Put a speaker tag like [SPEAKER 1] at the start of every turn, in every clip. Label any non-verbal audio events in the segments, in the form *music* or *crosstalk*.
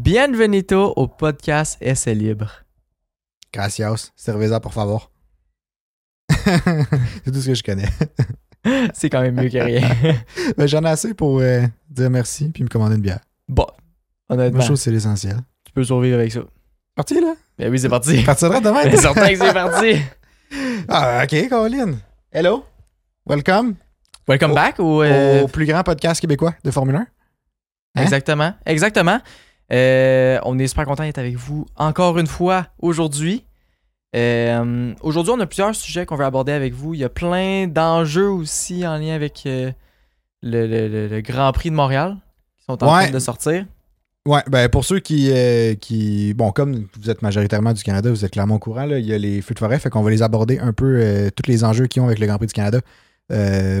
[SPEAKER 1] Bienvenido au podcast Essai Libre. *laughs*
[SPEAKER 2] Gracias. Cerveza, por favor. *laughs* c'est tout ce que je connais.
[SPEAKER 1] C'est quand même mieux que rien. *laughs*
[SPEAKER 2] Mais j'en ai assez pour euh, dire merci puis me commander une bière.
[SPEAKER 1] bon,
[SPEAKER 2] Moi,
[SPEAKER 1] honnêtement,
[SPEAKER 2] je trouve que c'est l'essentiel.
[SPEAKER 1] tu peux survivre avec ça.
[SPEAKER 2] Parti, là?
[SPEAKER 1] Ben oui, c'est parti. *laughs*
[SPEAKER 2] Partira demain?
[SPEAKER 1] C'est certain que c'est parti.
[SPEAKER 2] Ah, ok, Colin. Hello. Welcome
[SPEAKER 1] Welcome
[SPEAKER 2] Au-
[SPEAKER 1] back ou... euh,
[SPEAKER 2] au plus grand podcast québécois de Formule 1. Oh. Hein?
[SPEAKER 1] Exactement, exactement. Euh, on est super content d'être avec vous encore une fois aujourd'hui. Euh, aujourd'hui, on a plusieurs sujets qu'on veut aborder avec vous. Il y a plein d'enjeux aussi en lien avec euh, le, le- le- le Grand Prix de Montréal qui sont en
[SPEAKER 2] Ouais.
[SPEAKER 1] train de sortir.
[SPEAKER 2] Ouais, ben pour ceux qui, euh, qui. Bon, comme vous êtes majoritairement du Canada, vous êtes clairement au courant, là, il y a les feux de forêt, fait qu'on va les aborder un peu, euh, tous les enjeux qu'ils ont avec le Grand Prix du Canada euh,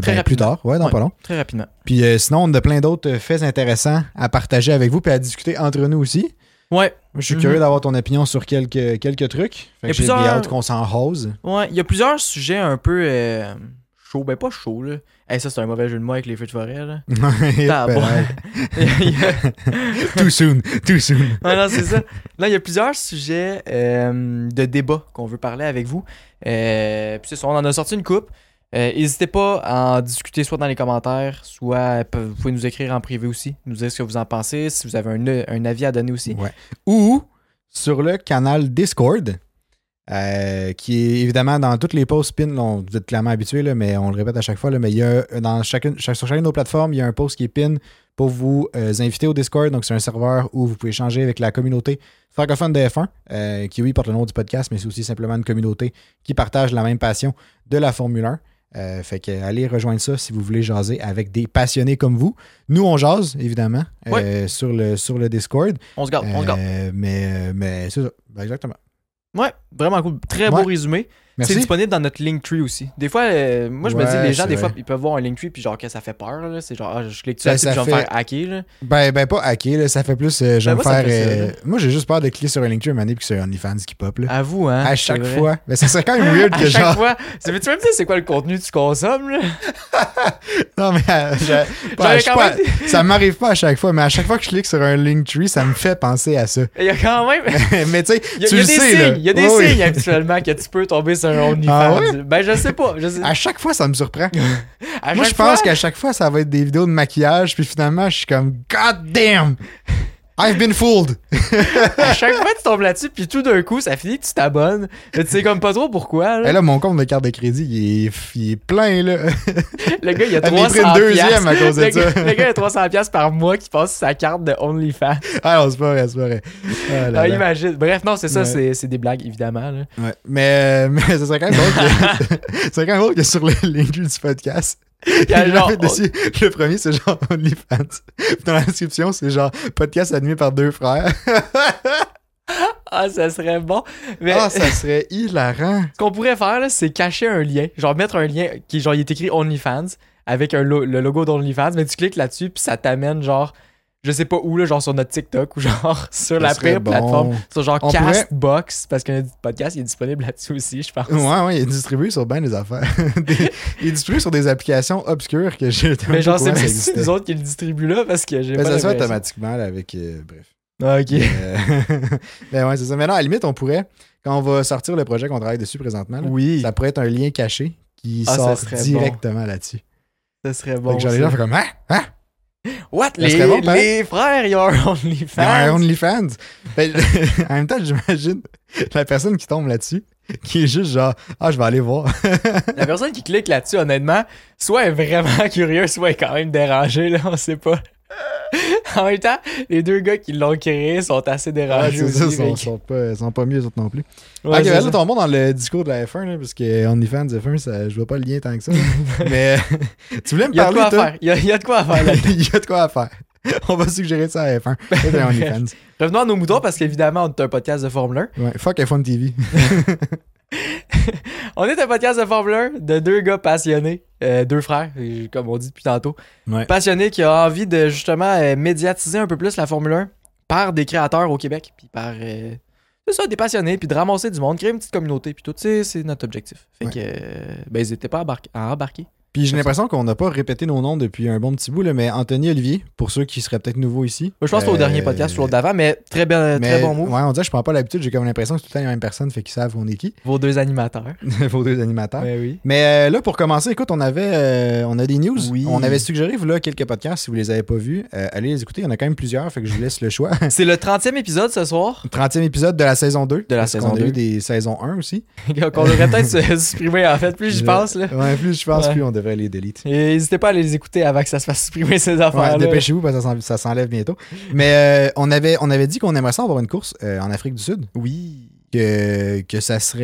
[SPEAKER 1] Très
[SPEAKER 2] ben, plus
[SPEAKER 1] rapidement.
[SPEAKER 2] tard, ouais, dans
[SPEAKER 1] Ouais.
[SPEAKER 2] pas long.
[SPEAKER 1] Très rapidement.
[SPEAKER 2] Puis euh, sinon, on a plein d'autres euh, faits intéressants à partager avec vous, puis à discuter entre nous aussi.
[SPEAKER 1] Ouais,
[SPEAKER 2] Moi, je suis
[SPEAKER 1] Mhm.
[SPEAKER 2] curieux d'avoir ton opinion sur quelques, quelques trucs. Fait
[SPEAKER 1] Il y a
[SPEAKER 2] que j'ai
[SPEAKER 1] plusieurs-
[SPEAKER 2] bien hâte qu'on s'en *laughs* rose.
[SPEAKER 1] ouais. Il y a plusieurs sujets un peu euh, chauds. Ben pas chauds, là. Hey, ça, c'est un mauvais jeu de mots avec les feux de forêt, là.
[SPEAKER 2] ben
[SPEAKER 1] Ah, bon. *laughs* Il y a-
[SPEAKER 2] euh, *laughs* too soon, too soon.
[SPEAKER 1] Ouais, non, c'est ça. Là, il y a plusieurs sujets euh, de débat qu'on veut parler avec vous. Euh, puis c'est ça, on en a sorti une coupe. Euh, N'hésitez pas à en discuter soit dans les commentaires, soit euh, pe- vous pouvez nous écrire en privé aussi, nous dire ce que vous en pensez, si vous avez un, un avis à donner aussi.
[SPEAKER 2] Ouais. Ou sur le canal Discord, euh, qui est évidemment dans toutes les posts pin. là, on- vous êtes clairement habitués, là, mais on le répète à chaque fois. là, mais il y a dans chacune, chaque- sur chacune de nos plateformes, il y a un post qui est pin pour vous euh, inviter au Discord. Donc, c'est un serveur où vous pouvez échanger avec la communauté francophone de F1, euh, qui, oui, porte le nom du podcast, mais c'est aussi simplement une communauté qui partage la même passion de la Formule 1. Euh, fait que euh, allez rejoindre ça si vous voulez jaser avec des passionnés comme vous. Nous, on jase, évidemment, euh, sur, le, sur le Discord.
[SPEAKER 1] On se garde, Oh, on se garde.
[SPEAKER 2] Euh, mais mais c'est ça. Ben, exactement.
[SPEAKER 1] Ouais, vraiment cool. Très beau
[SPEAKER 2] ouais.
[SPEAKER 1] résumé. C'est
[SPEAKER 2] Merci.
[SPEAKER 1] disponible dans notre Linktree aussi. Des fois, euh, moi, je me dis,
[SPEAKER 2] Ouais,
[SPEAKER 1] les gens,
[SPEAKER 2] c'est
[SPEAKER 1] des fois,
[SPEAKER 2] vrai.
[SPEAKER 1] ils peuvent voir un Linktree, puis genre, que ça fait peur. là. C'est genre, ah, je clique dessus,
[SPEAKER 2] Ben,
[SPEAKER 1] là-dessus,
[SPEAKER 2] ça
[SPEAKER 1] puis je vais me
[SPEAKER 2] fait-
[SPEAKER 1] faire hacker. là.
[SPEAKER 2] Ben, ben, pas hacké, là, ça fait plus. euh, je vais
[SPEAKER 1] Ben, moi,
[SPEAKER 2] me
[SPEAKER 1] ça
[SPEAKER 2] faire.
[SPEAKER 1] me fait ça,
[SPEAKER 2] euh,
[SPEAKER 1] là.
[SPEAKER 2] moi, j'ai juste peur de cliquer sur un Linktree un moment donné, puis sur OnlyFans qui pop. Là.
[SPEAKER 1] À vous, hein.
[SPEAKER 2] à
[SPEAKER 1] c'est
[SPEAKER 2] chaque
[SPEAKER 1] vrai.
[SPEAKER 2] fois. Ben, ça serait quand même weird
[SPEAKER 1] À
[SPEAKER 2] que
[SPEAKER 1] chaque
[SPEAKER 2] genre.
[SPEAKER 1] fois. Tu veux-tu même dire c'est quoi le contenu que tu consommes, là?
[SPEAKER 2] *laughs* Non, mais. euh, je-
[SPEAKER 1] J'aurais
[SPEAKER 2] ben, je sais
[SPEAKER 1] quand
[SPEAKER 2] pas,
[SPEAKER 1] même-
[SPEAKER 2] Ça m'arrive pas à chaque fois, mais à chaque fois que je clique sur un Linktree, ça me fait penser
[SPEAKER 1] *laughs*
[SPEAKER 2] à ça.
[SPEAKER 1] Il y a quand même.
[SPEAKER 2] mais tu sais,
[SPEAKER 1] Il y a,
[SPEAKER 2] tu
[SPEAKER 1] il y a
[SPEAKER 2] le
[SPEAKER 1] des
[SPEAKER 2] sais, là.
[SPEAKER 1] signes, il y a des
[SPEAKER 2] Oui, oui.
[SPEAKER 1] signes actuellement que tu peux tomber sur un OnlyFans.
[SPEAKER 2] Ah ouais?
[SPEAKER 1] Ben, je sais pas. Je sais...
[SPEAKER 2] À chaque fois, ça me surprend.
[SPEAKER 1] à
[SPEAKER 2] Moi, je
[SPEAKER 1] chaque
[SPEAKER 2] pense
[SPEAKER 1] fois-
[SPEAKER 2] qu'à chaque fois, ça va être des vidéos de maquillage, puis finalement, je suis comme God damn! I've been fooled!
[SPEAKER 1] à chaque fois, tu tombes là-dessus, puis tout d'un coup, ça finit que tu t'abonnes. Mais tu sais comme pas trop pourquoi.
[SPEAKER 2] Et
[SPEAKER 1] Là.
[SPEAKER 2] Eh là, mon compte de carte de crédit, il est, il est plein, là. *laughs*
[SPEAKER 1] le gars, il a
[SPEAKER 2] Elle
[SPEAKER 1] 300
[SPEAKER 2] m'a pris une deuxième à cause de
[SPEAKER 1] le, gars-
[SPEAKER 2] ça.
[SPEAKER 1] le gars, il a 300 piastres par mois qui passe sur sa carte de OnlyFans.
[SPEAKER 2] Ah non, c'est pas vrai, c'est pas vrai. Ah là
[SPEAKER 1] Ah,
[SPEAKER 2] là.
[SPEAKER 1] imagine. Bref, non, c'est ça,
[SPEAKER 2] Ouais.
[SPEAKER 1] c'est- c'est des blagues, évidemment. là.
[SPEAKER 2] Ouais. Mais, euh, mais ça serait quand même drôle que, *laughs* ça serait quand même drôle que sur le link du podcast, *laughs* *laughs* il y a
[SPEAKER 1] genre-
[SPEAKER 2] dessus, le premier, c'est genre *laughs* OnlyFans. Puis Dans la description, c'est genre podcast animé par deux frères.
[SPEAKER 1] Ah, ça serait bon. Mais
[SPEAKER 2] Ah, ça serait
[SPEAKER 1] *laughs*
[SPEAKER 2] hilarant.
[SPEAKER 1] ce qu'on pourrait faire, là, c'est cacher un lien. Genre, mettre un lien qui, genre, il est écrit OnlyFans avec un lo- le logo d'OnlyFans. Mais tu cliques là-dessus, puis ça t'amène, genre, je sais pas où, là, genre sur notre TikTok ou genre *laughs* sur la
[SPEAKER 2] serait
[SPEAKER 1] pire
[SPEAKER 2] bon.
[SPEAKER 1] plateforme. Sur genre
[SPEAKER 2] On pourrait-
[SPEAKER 1] Castbox, parce que notre podcast il est disponible là-dessus aussi, je pense.
[SPEAKER 2] Ouais, ouais, il est distribué sur bien des affaires. *laughs* Des- il est distribué sur des applications obscures que j'ai
[SPEAKER 1] *laughs* Mais genre, c'est
[SPEAKER 2] pas
[SPEAKER 1] même
[SPEAKER 2] existait.
[SPEAKER 1] si nous autres qui le distribuent là, parce que j'ai
[SPEAKER 2] Mais
[SPEAKER 1] pas
[SPEAKER 2] Ben, ça se fait
[SPEAKER 1] l'impression.
[SPEAKER 2] automatiquement, là, avec. euh, bref.
[SPEAKER 1] Ah, Ok.
[SPEAKER 2] Euh, *laughs* ben ouais, c'est ça. Mais non, à la limite, on pourrait, quand on va sortir le projet qu'on travaille dessus présentement, là,
[SPEAKER 1] Oui,
[SPEAKER 2] ça pourrait être un lien caché qui
[SPEAKER 1] Ah, ça
[SPEAKER 2] sort
[SPEAKER 1] serait
[SPEAKER 2] directement là-dessus.
[SPEAKER 1] ça serait bon.
[SPEAKER 2] Donc genre, les
[SPEAKER 1] ça.
[SPEAKER 2] gens font comme, hein? Hein?
[SPEAKER 1] What?
[SPEAKER 2] Ça
[SPEAKER 1] Les,
[SPEAKER 2] serait bon, pareil.
[SPEAKER 1] les frères, ils ont un
[SPEAKER 2] Ils ont un
[SPEAKER 1] OnlyFans.
[SPEAKER 2] OnlyFans. Ben, *laughs* en même temps, j'imagine la personne qui tombe là-dessus, qui est juste genre, ah, je vais aller voir.
[SPEAKER 1] La personne qui clique là-dessus, honnêtement, soit est vraiment *laughs* curieuse, soit est quand même dérangée, là, on sait pas. *laughs* en même temps, les deux gars qui l'ont créé sont assez
[SPEAKER 2] *laughs*
[SPEAKER 1] dérangés
[SPEAKER 2] C'est
[SPEAKER 1] Ah, aussi.
[SPEAKER 2] ça, ils
[SPEAKER 1] fait
[SPEAKER 2] sont,
[SPEAKER 1] que-
[SPEAKER 2] sont pas, sont pas mieux, les autres non plus.
[SPEAKER 1] Ouais,
[SPEAKER 2] ok,
[SPEAKER 1] c'est
[SPEAKER 2] ben
[SPEAKER 1] ça.
[SPEAKER 2] là, tombons dans le discours de la F1, là, parce que OnlyFans, F1, ça, je vois pas le lien
[SPEAKER 1] *laughs*
[SPEAKER 2] tant que ça. Mais *laughs* tu voulais me
[SPEAKER 1] Il y a de
[SPEAKER 2] parler,
[SPEAKER 1] quoi à
[SPEAKER 2] toi?
[SPEAKER 1] faire. Il y a- il y a de quoi à Ben, faire là
[SPEAKER 2] *laughs* Il y a de quoi à faire. On va suggérer ça à F1. Faites un OnlyFans.
[SPEAKER 1] Revenons à nos moutons parce qu'évidemment, on est un podcast de Formule 1.
[SPEAKER 2] Ouais, fuck F1 TV.
[SPEAKER 1] On est un podcast de Formule 1 de deux gars passionnés, euh, deux frères, euh, comme on dit depuis tantôt.
[SPEAKER 2] Ouais.
[SPEAKER 1] Passionnés qui ont envie de justement euh, médiatiser un peu plus la Formule 1 par des créateurs au Québec, puis par. euh, c'est ça, des passionnés, puis de ramasser du monde, créer une petite communauté, puis tout, tu sais, c'est notre objectif. Fait
[SPEAKER 2] Ouais.
[SPEAKER 1] que. euh, ben, ils n'étaient pas embarqués- à embarquer.
[SPEAKER 2] *laughs* Puis j'ai l'impression qu'on n'a pas répété nos noms depuis un bon petit bout, là, mais Anthony Olivier, pour ceux qui seraient peut-être nouveaux ici.
[SPEAKER 1] Moi, je pense pas au
[SPEAKER 2] Euh,
[SPEAKER 1] dernier podcast ou l'autre d'avant, mais très, bel-
[SPEAKER 2] mais-
[SPEAKER 1] très bon move.
[SPEAKER 2] Ouais, on dirait que je prends pas l'habitude, j'ai comme l'impression que c'est tout le temps les mêmes personnes, fait qu'ils savent on est qui, *laughs*
[SPEAKER 1] Vos deux animateurs.
[SPEAKER 2] vos deux animateurs.
[SPEAKER 1] Ben
[SPEAKER 2] *laughs*
[SPEAKER 1] oui.
[SPEAKER 2] Mais euh, là, pour commencer, écoute, on avait euh, on a des news.
[SPEAKER 1] Oui.
[SPEAKER 2] On avait suggéré voilà, quelques podcasts, si vous les avez pas vus. euh, allez les écouter, il y en a quand même plusieurs, fait que je vous laisse le choix. *laughs*
[SPEAKER 1] C'est le 30e épisode ce soir. *laughs*
[SPEAKER 2] 30e épisode de la saison 2.
[SPEAKER 1] De la
[SPEAKER 2] parce
[SPEAKER 1] saison
[SPEAKER 2] qu'on a
[SPEAKER 1] 2.
[SPEAKER 2] eu des saisons
[SPEAKER 1] *laughs*
[SPEAKER 2] 1 aussi.
[SPEAKER 1] Qu'on devrait peut-être se *laughs* supprimer, en fait. Plus j'y
[SPEAKER 2] Je-
[SPEAKER 1] pense, là.
[SPEAKER 2] Ouais, plus je pense,
[SPEAKER 1] Ouais.
[SPEAKER 2] plus on devrait les déliter.
[SPEAKER 1] Et N'hésitez pas à les écouter avant que ça se fasse supprimer ces affaires-là.
[SPEAKER 2] Ouais, dépêchez-vous parce que ça s'en- ça s'enlève bientôt. Mais euh, on, avait, on avait dit qu'on aimerait ça avoir une course euh, en Afrique du Sud.
[SPEAKER 1] oui.
[SPEAKER 2] Que, que ça serait.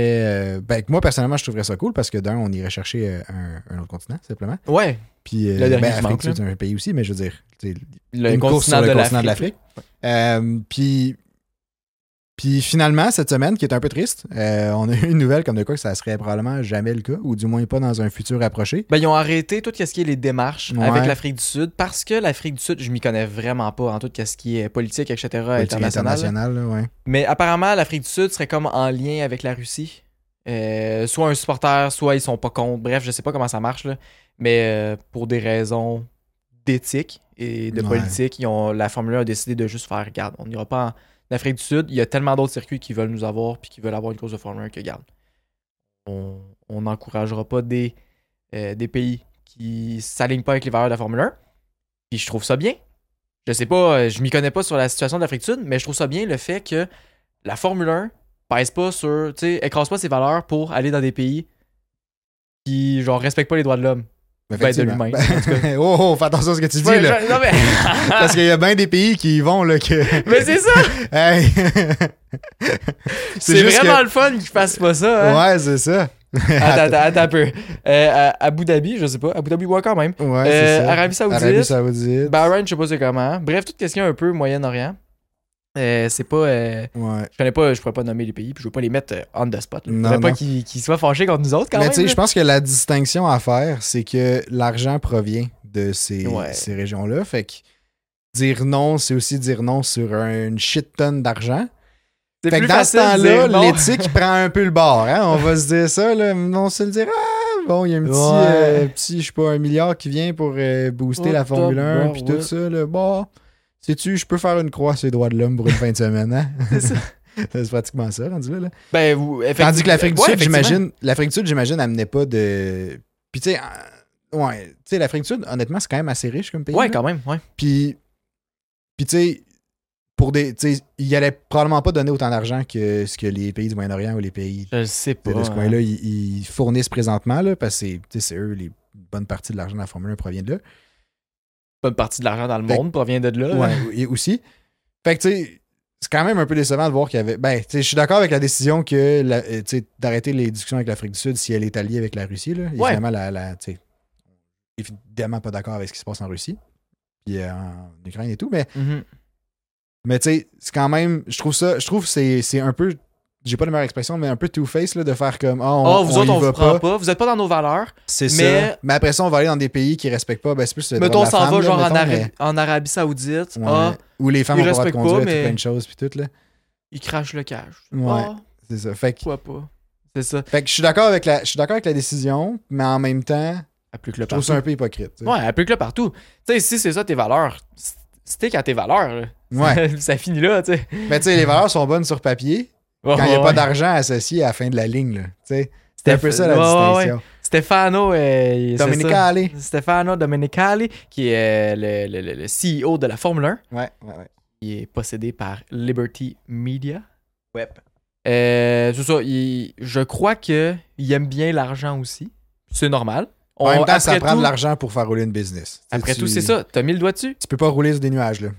[SPEAKER 2] euh, ben, que moi, personnellement, je trouverais ça cool parce que d'un, on irait chercher euh, un, un autre continent, simplement.
[SPEAKER 1] Ouais.
[SPEAKER 2] Puis, euh,
[SPEAKER 1] Le dernier
[SPEAKER 2] ben,
[SPEAKER 1] qui
[SPEAKER 2] Afrique
[SPEAKER 1] manque,
[SPEAKER 2] du Sud, c'est un pays aussi, mais je veux dire, tu sais,
[SPEAKER 1] Le
[SPEAKER 2] une course sur
[SPEAKER 1] continent
[SPEAKER 2] le
[SPEAKER 1] de
[SPEAKER 2] continent de
[SPEAKER 1] l'Afrique.
[SPEAKER 2] l'Afrique. Euh, puis, puis finalement, cette semaine, qui est un peu triste, euh, on a *laughs* eu une nouvelle comme de quoi que ça serait probablement jamais le cas, ou du moins pas dans un futur approché.
[SPEAKER 1] Ben, ils ont arrêté tout ce qui est les démarches
[SPEAKER 2] Ouais.
[SPEAKER 1] avec l'Afrique du Sud parce que l'Afrique du Sud, je m'y connais vraiment pas en tout ce qui est politique, etc.
[SPEAKER 2] Politique
[SPEAKER 1] international. Ben,
[SPEAKER 2] internationale, là, ouais.
[SPEAKER 1] Mais apparemment, l'Afrique du Sud serait comme en lien avec la Russie. Euh, soit un supporter, soit ils sont pas contre. Bref, je sais pas comment ça marche, là. mais euh, pour des raisons d'éthique et de
[SPEAKER 2] Ouais.
[SPEAKER 1] politique, ils ont, la Formule 1 a décidé de juste faire garde. On n'ira pas en Afrique du Sud. Il y a tellement d'autres circuits qui veulent nous avoir puis qui veulent avoir une course de Formule 1 que garde. On on n'encouragera pas des, euh, des pays qui s'alignent pas avec les valeurs de la Formule 1. Puis je trouve ça bien. Je sais pas, euh, je m'y connais pas sur la situation de l'Afrique du Sud, mais je trouve ça bien le fait que la Formule 1 pèse pas sur, tu sais, écrase pas ses valeurs pour aller dans des pays qui, genre, respectent pas les droits de l'homme. Ben, de
[SPEAKER 2] Effectivement.
[SPEAKER 1] l'humain.
[SPEAKER 2] Ben, *laughs* oh, oh, fais attention à ce que tu dis,
[SPEAKER 1] Ouais,
[SPEAKER 2] là.
[SPEAKER 1] je- non,
[SPEAKER 2] *laughs*
[SPEAKER 1] mais,
[SPEAKER 2] Parce qu'il y a bien des pays qui y vont, là, que.
[SPEAKER 1] *laughs* mais c'est ça!
[SPEAKER 2] *laughs* Hey.
[SPEAKER 1] C'est
[SPEAKER 2] juste
[SPEAKER 1] vraiment
[SPEAKER 2] que-
[SPEAKER 1] le fun qu'ils fassent pas ça. hein.
[SPEAKER 2] Ouais, c'est ça.
[SPEAKER 1] Attends, attends, attends un peu. Euh, à- Abu Dhabi, je sais pas. Abu Dhabi, ouais, quand même.
[SPEAKER 2] Ouais,
[SPEAKER 1] Euh,
[SPEAKER 2] c'est ça.
[SPEAKER 1] Arabie Saoudite.
[SPEAKER 2] Arabie Saoudite.
[SPEAKER 1] Bahreïn, je sais pas c'est comment. Bref, toute question un peu Moyen-Orient. Euh, c'est pas. euh,
[SPEAKER 2] Ouais.
[SPEAKER 1] je connais pas, je pourrais pas nommer les pays, puis je veux pas les mettre euh, on the spot. là. Je
[SPEAKER 2] Non,
[SPEAKER 1] voudrais pas
[SPEAKER 2] non.
[SPEAKER 1] qu'ils qu'ils soient fâchés contre nous autres quand
[SPEAKER 2] Mais tu
[SPEAKER 1] même.
[SPEAKER 2] sais,
[SPEAKER 1] là.
[SPEAKER 2] je pense que la distinction à faire, c'est que l'argent provient de ces,
[SPEAKER 1] Ouais.
[SPEAKER 2] ces régions-là. Fait que dire non, c'est aussi dire non sur une shit tonne d'argent.
[SPEAKER 1] C'est
[SPEAKER 2] Fait que
[SPEAKER 1] plus
[SPEAKER 2] dans ce
[SPEAKER 1] facile de dire
[SPEAKER 2] temps-là,
[SPEAKER 1] non.
[SPEAKER 2] *laughs* l'éthique prend un peu le bord. Hein? On va se dire ça, là. On se le dira. Ah, bon, il y a un petit,
[SPEAKER 1] Ouais.
[SPEAKER 2] euh, petit, je sais pas, un milliard qui vient pour euh, booster
[SPEAKER 1] Oh,
[SPEAKER 2] la Formule
[SPEAKER 1] top,
[SPEAKER 2] 1
[SPEAKER 1] bon,
[SPEAKER 2] puis
[SPEAKER 1] ouais.
[SPEAKER 2] tout ça. Là. Bon, sais-tu, je peux faire une croix sur les droits de l'homme pour une fin de semaine. Hein? *laughs*
[SPEAKER 1] C'est ça.
[SPEAKER 2] C'est pratiquement ça, rendu là. là.
[SPEAKER 1] Ben, vous- effectivement-
[SPEAKER 2] Tandis que l'Afrique du
[SPEAKER 1] Ouais,
[SPEAKER 2] Sud,
[SPEAKER 1] effectivement.
[SPEAKER 2] j'imagine, l'Afrique du Sud, j'imagine, amenait pas de. Puis tu sais, euh, ouais, tu sais, l'Afrique du Sud, honnêtement, c'est quand même assez riche comme pays.
[SPEAKER 1] Ouais,
[SPEAKER 2] là.
[SPEAKER 1] quand même, ouais.
[SPEAKER 2] Puis, puis tu sais, pour des, tu sais, il allait probablement pas donner autant d'argent que ce que les pays du Moyen-Orient ou les pays
[SPEAKER 1] Je le sais
[SPEAKER 2] tu
[SPEAKER 1] pas.
[SPEAKER 2] sais, de ce
[SPEAKER 1] hein.
[SPEAKER 2] coin-là, ils, ils fournissent présentement là, parce que c'est- tu sais, c'est eux les bonnes parties de l'argent de la Formule 1 provient de là.
[SPEAKER 1] Bonne partie de l'argent dans le
[SPEAKER 2] Fait-
[SPEAKER 1] monde provient de là.
[SPEAKER 2] Ouais, et aussi. Fait que, tu sais, c'est quand même un peu décevant de voir qu'il y avait. Ben, tu sais, je suis d'accord avec la décision que la- euh, tu sais, d'arrêter les discussions avec l'Afrique du Sud si elle est alliée avec la Russie. Là.
[SPEAKER 1] Ouais.
[SPEAKER 2] Évidemment, la, la- tu sais, évidemment pas d'accord avec ce qui se passe en Russie, puis euh, en Ukraine et tout. Mais,
[SPEAKER 1] Mhm.
[SPEAKER 2] mais tu sais, c'est quand même. Je trouve ça. Je trouve que c'est c'est un peu. J'ai pas la meilleure expression, mais un peu two-face là, de faire comme. Ah, on,
[SPEAKER 1] Ah, vous
[SPEAKER 2] on
[SPEAKER 1] autres,
[SPEAKER 2] y
[SPEAKER 1] on vous
[SPEAKER 2] va
[SPEAKER 1] prend
[SPEAKER 2] pas.
[SPEAKER 1] pas. Vous êtes pas dans nos valeurs.
[SPEAKER 2] C'est
[SPEAKER 1] mais-
[SPEAKER 2] ça. Mais après ça, on va aller dans des pays qui respectent pas. Ben, c'est plus le droit
[SPEAKER 1] Mettons, on
[SPEAKER 2] de la
[SPEAKER 1] s'en
[SPEAKER 2] femme,
[SPEAKER 1] va
[SPEAKER 2] là,
[SPEAKER 1] genre en,
[SPEAKER 2] mettons,
[SPEAKER 1] Ara-
[SPEAKER 2] mais-
[SPEAKER 1] en Arabie Saoudite.
[SPEAKER 2] Ouais.
[SPEAKER 1] Ah,
[SPEAKER 2] Où les femmes
[SPEAKER 1] ils
[SPEAKER 2] ont pas le droit de
[SPEAKER 1] respectent pas,
[SPEAKER 2] conduire, tout
[SPEAKER 1] mais-
[SPEAKER 2] plein de choses, puis tout, là.
[SPEAKER 1] ils crachent le cash.
[SPEAKER 2] Ouais.
[SPEAKER 1] Ah,
[SPEAKER 2] C'est ça. Fait que,
[SPEAKER 1] pourquoi pas? C'est ça.
[SPEAKER 2] fait que je suis d'accord avec la, je suis d'accord avec la décision, mais en même temps,
[SPEAKER 1] Applique le
[SPEAKER 2] je trouve
[SPEAKER 1] partout.
[SPEAKER 2] ça un peu hypocrite. tu sais.
[SPEAKER 1] Ouais, applique-le partout. Tu sais, si c'est ça tes valeurs, st- stick à tes valeurs. là. *laughs*
[SPEAKER 2] Ouais.
[SPEAKER 1] ça finit là, tu sais.
[SPEAKER 2] mais tu sais, les valeurs sont bonnes sur papier quand il n'y
[SPEAKER 1] Ouais,
[SPEAKER 2] a pas
[SPEAKER 1] ouais.
[SPEAKER 2] d'argent associé à la fin de la ligne, là. Tu sais, c'est un peu ça la
[SPEAKER 1] Ouais, ouais,
[SPEAKER 2] distinction.
[SPEAKER 1] ouais. Stefano, euh, c'est ça.
[SPEAKER 2] Dominica, allez.
[SPEAKER 1] Stefano Domenicali, qui est euh, le, le- le- le CEO de la Formule 1.
[SPEAKER 2] Ouais, ouais, ouais.
[SPEAKER 1] Il est possédé par Liberty Media.
[SPEAKER 2] Ouais.
[SPEAKER 1] Euh, c'est ça. il- je crois que il aime bien l'argent aussi. C'est normal.
[SPEAKER 2] En même temps, ça
[SPEAKER 1] après
[SPEAKER 2] prend
[SPEAKER 1] tout-
[SPEAKER 2] de l'argent pour faire rouler une business. Tu sais,
[SPEAKER 1] Après
[SPEAKER 2] tu-
[SPEAKER 1] tout, c'est ça. T'as mis le doigt dessus.
[SPEAKER 2] Tu peux pas rouler sur des nuages, là.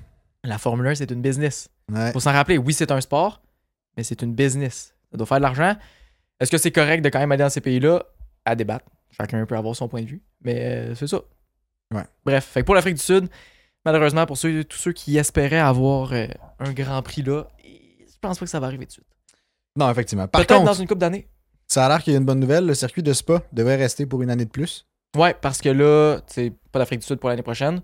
[SPEAKER 1] La Formule 1, c'est une business.
[SPEAKER 2] Ouais.
[SPEAKER 1] Faut s'en rappeler, oui, c'est un sport, mais c'est une business. Ça doit faire de l'argent. Est-ce que c'est correct de quand même aller dans ces pays-là à débattre? Chacun peut avoir son point de vue, mais euh, c'est ça.
[SPEAKER 2] Ouais.
[SPEAKER 1] Bref, fait que pour l'Afrique du Sud, malheureusement, pour ceux, tous ceux qui espéraient avoir euh, un grand prix là, je pense pas que ça va arriver tout de suite.
[SPEAKER 2] Non, effectivement. Par
[SPEAKER 1] Peut-être
[SPEAKER 2] contre,
[SPEAKER 1] dans une coupe d'années.
[SPEAKER 2] ça a l'air qu'il y a une bonne nouvelle. Le circuit de Spa devrait rester pour une année de plus.
[SPEAKER 1] Ouais, parce que là, c'est pas l'Afrique du Sud pour l'année prochaine.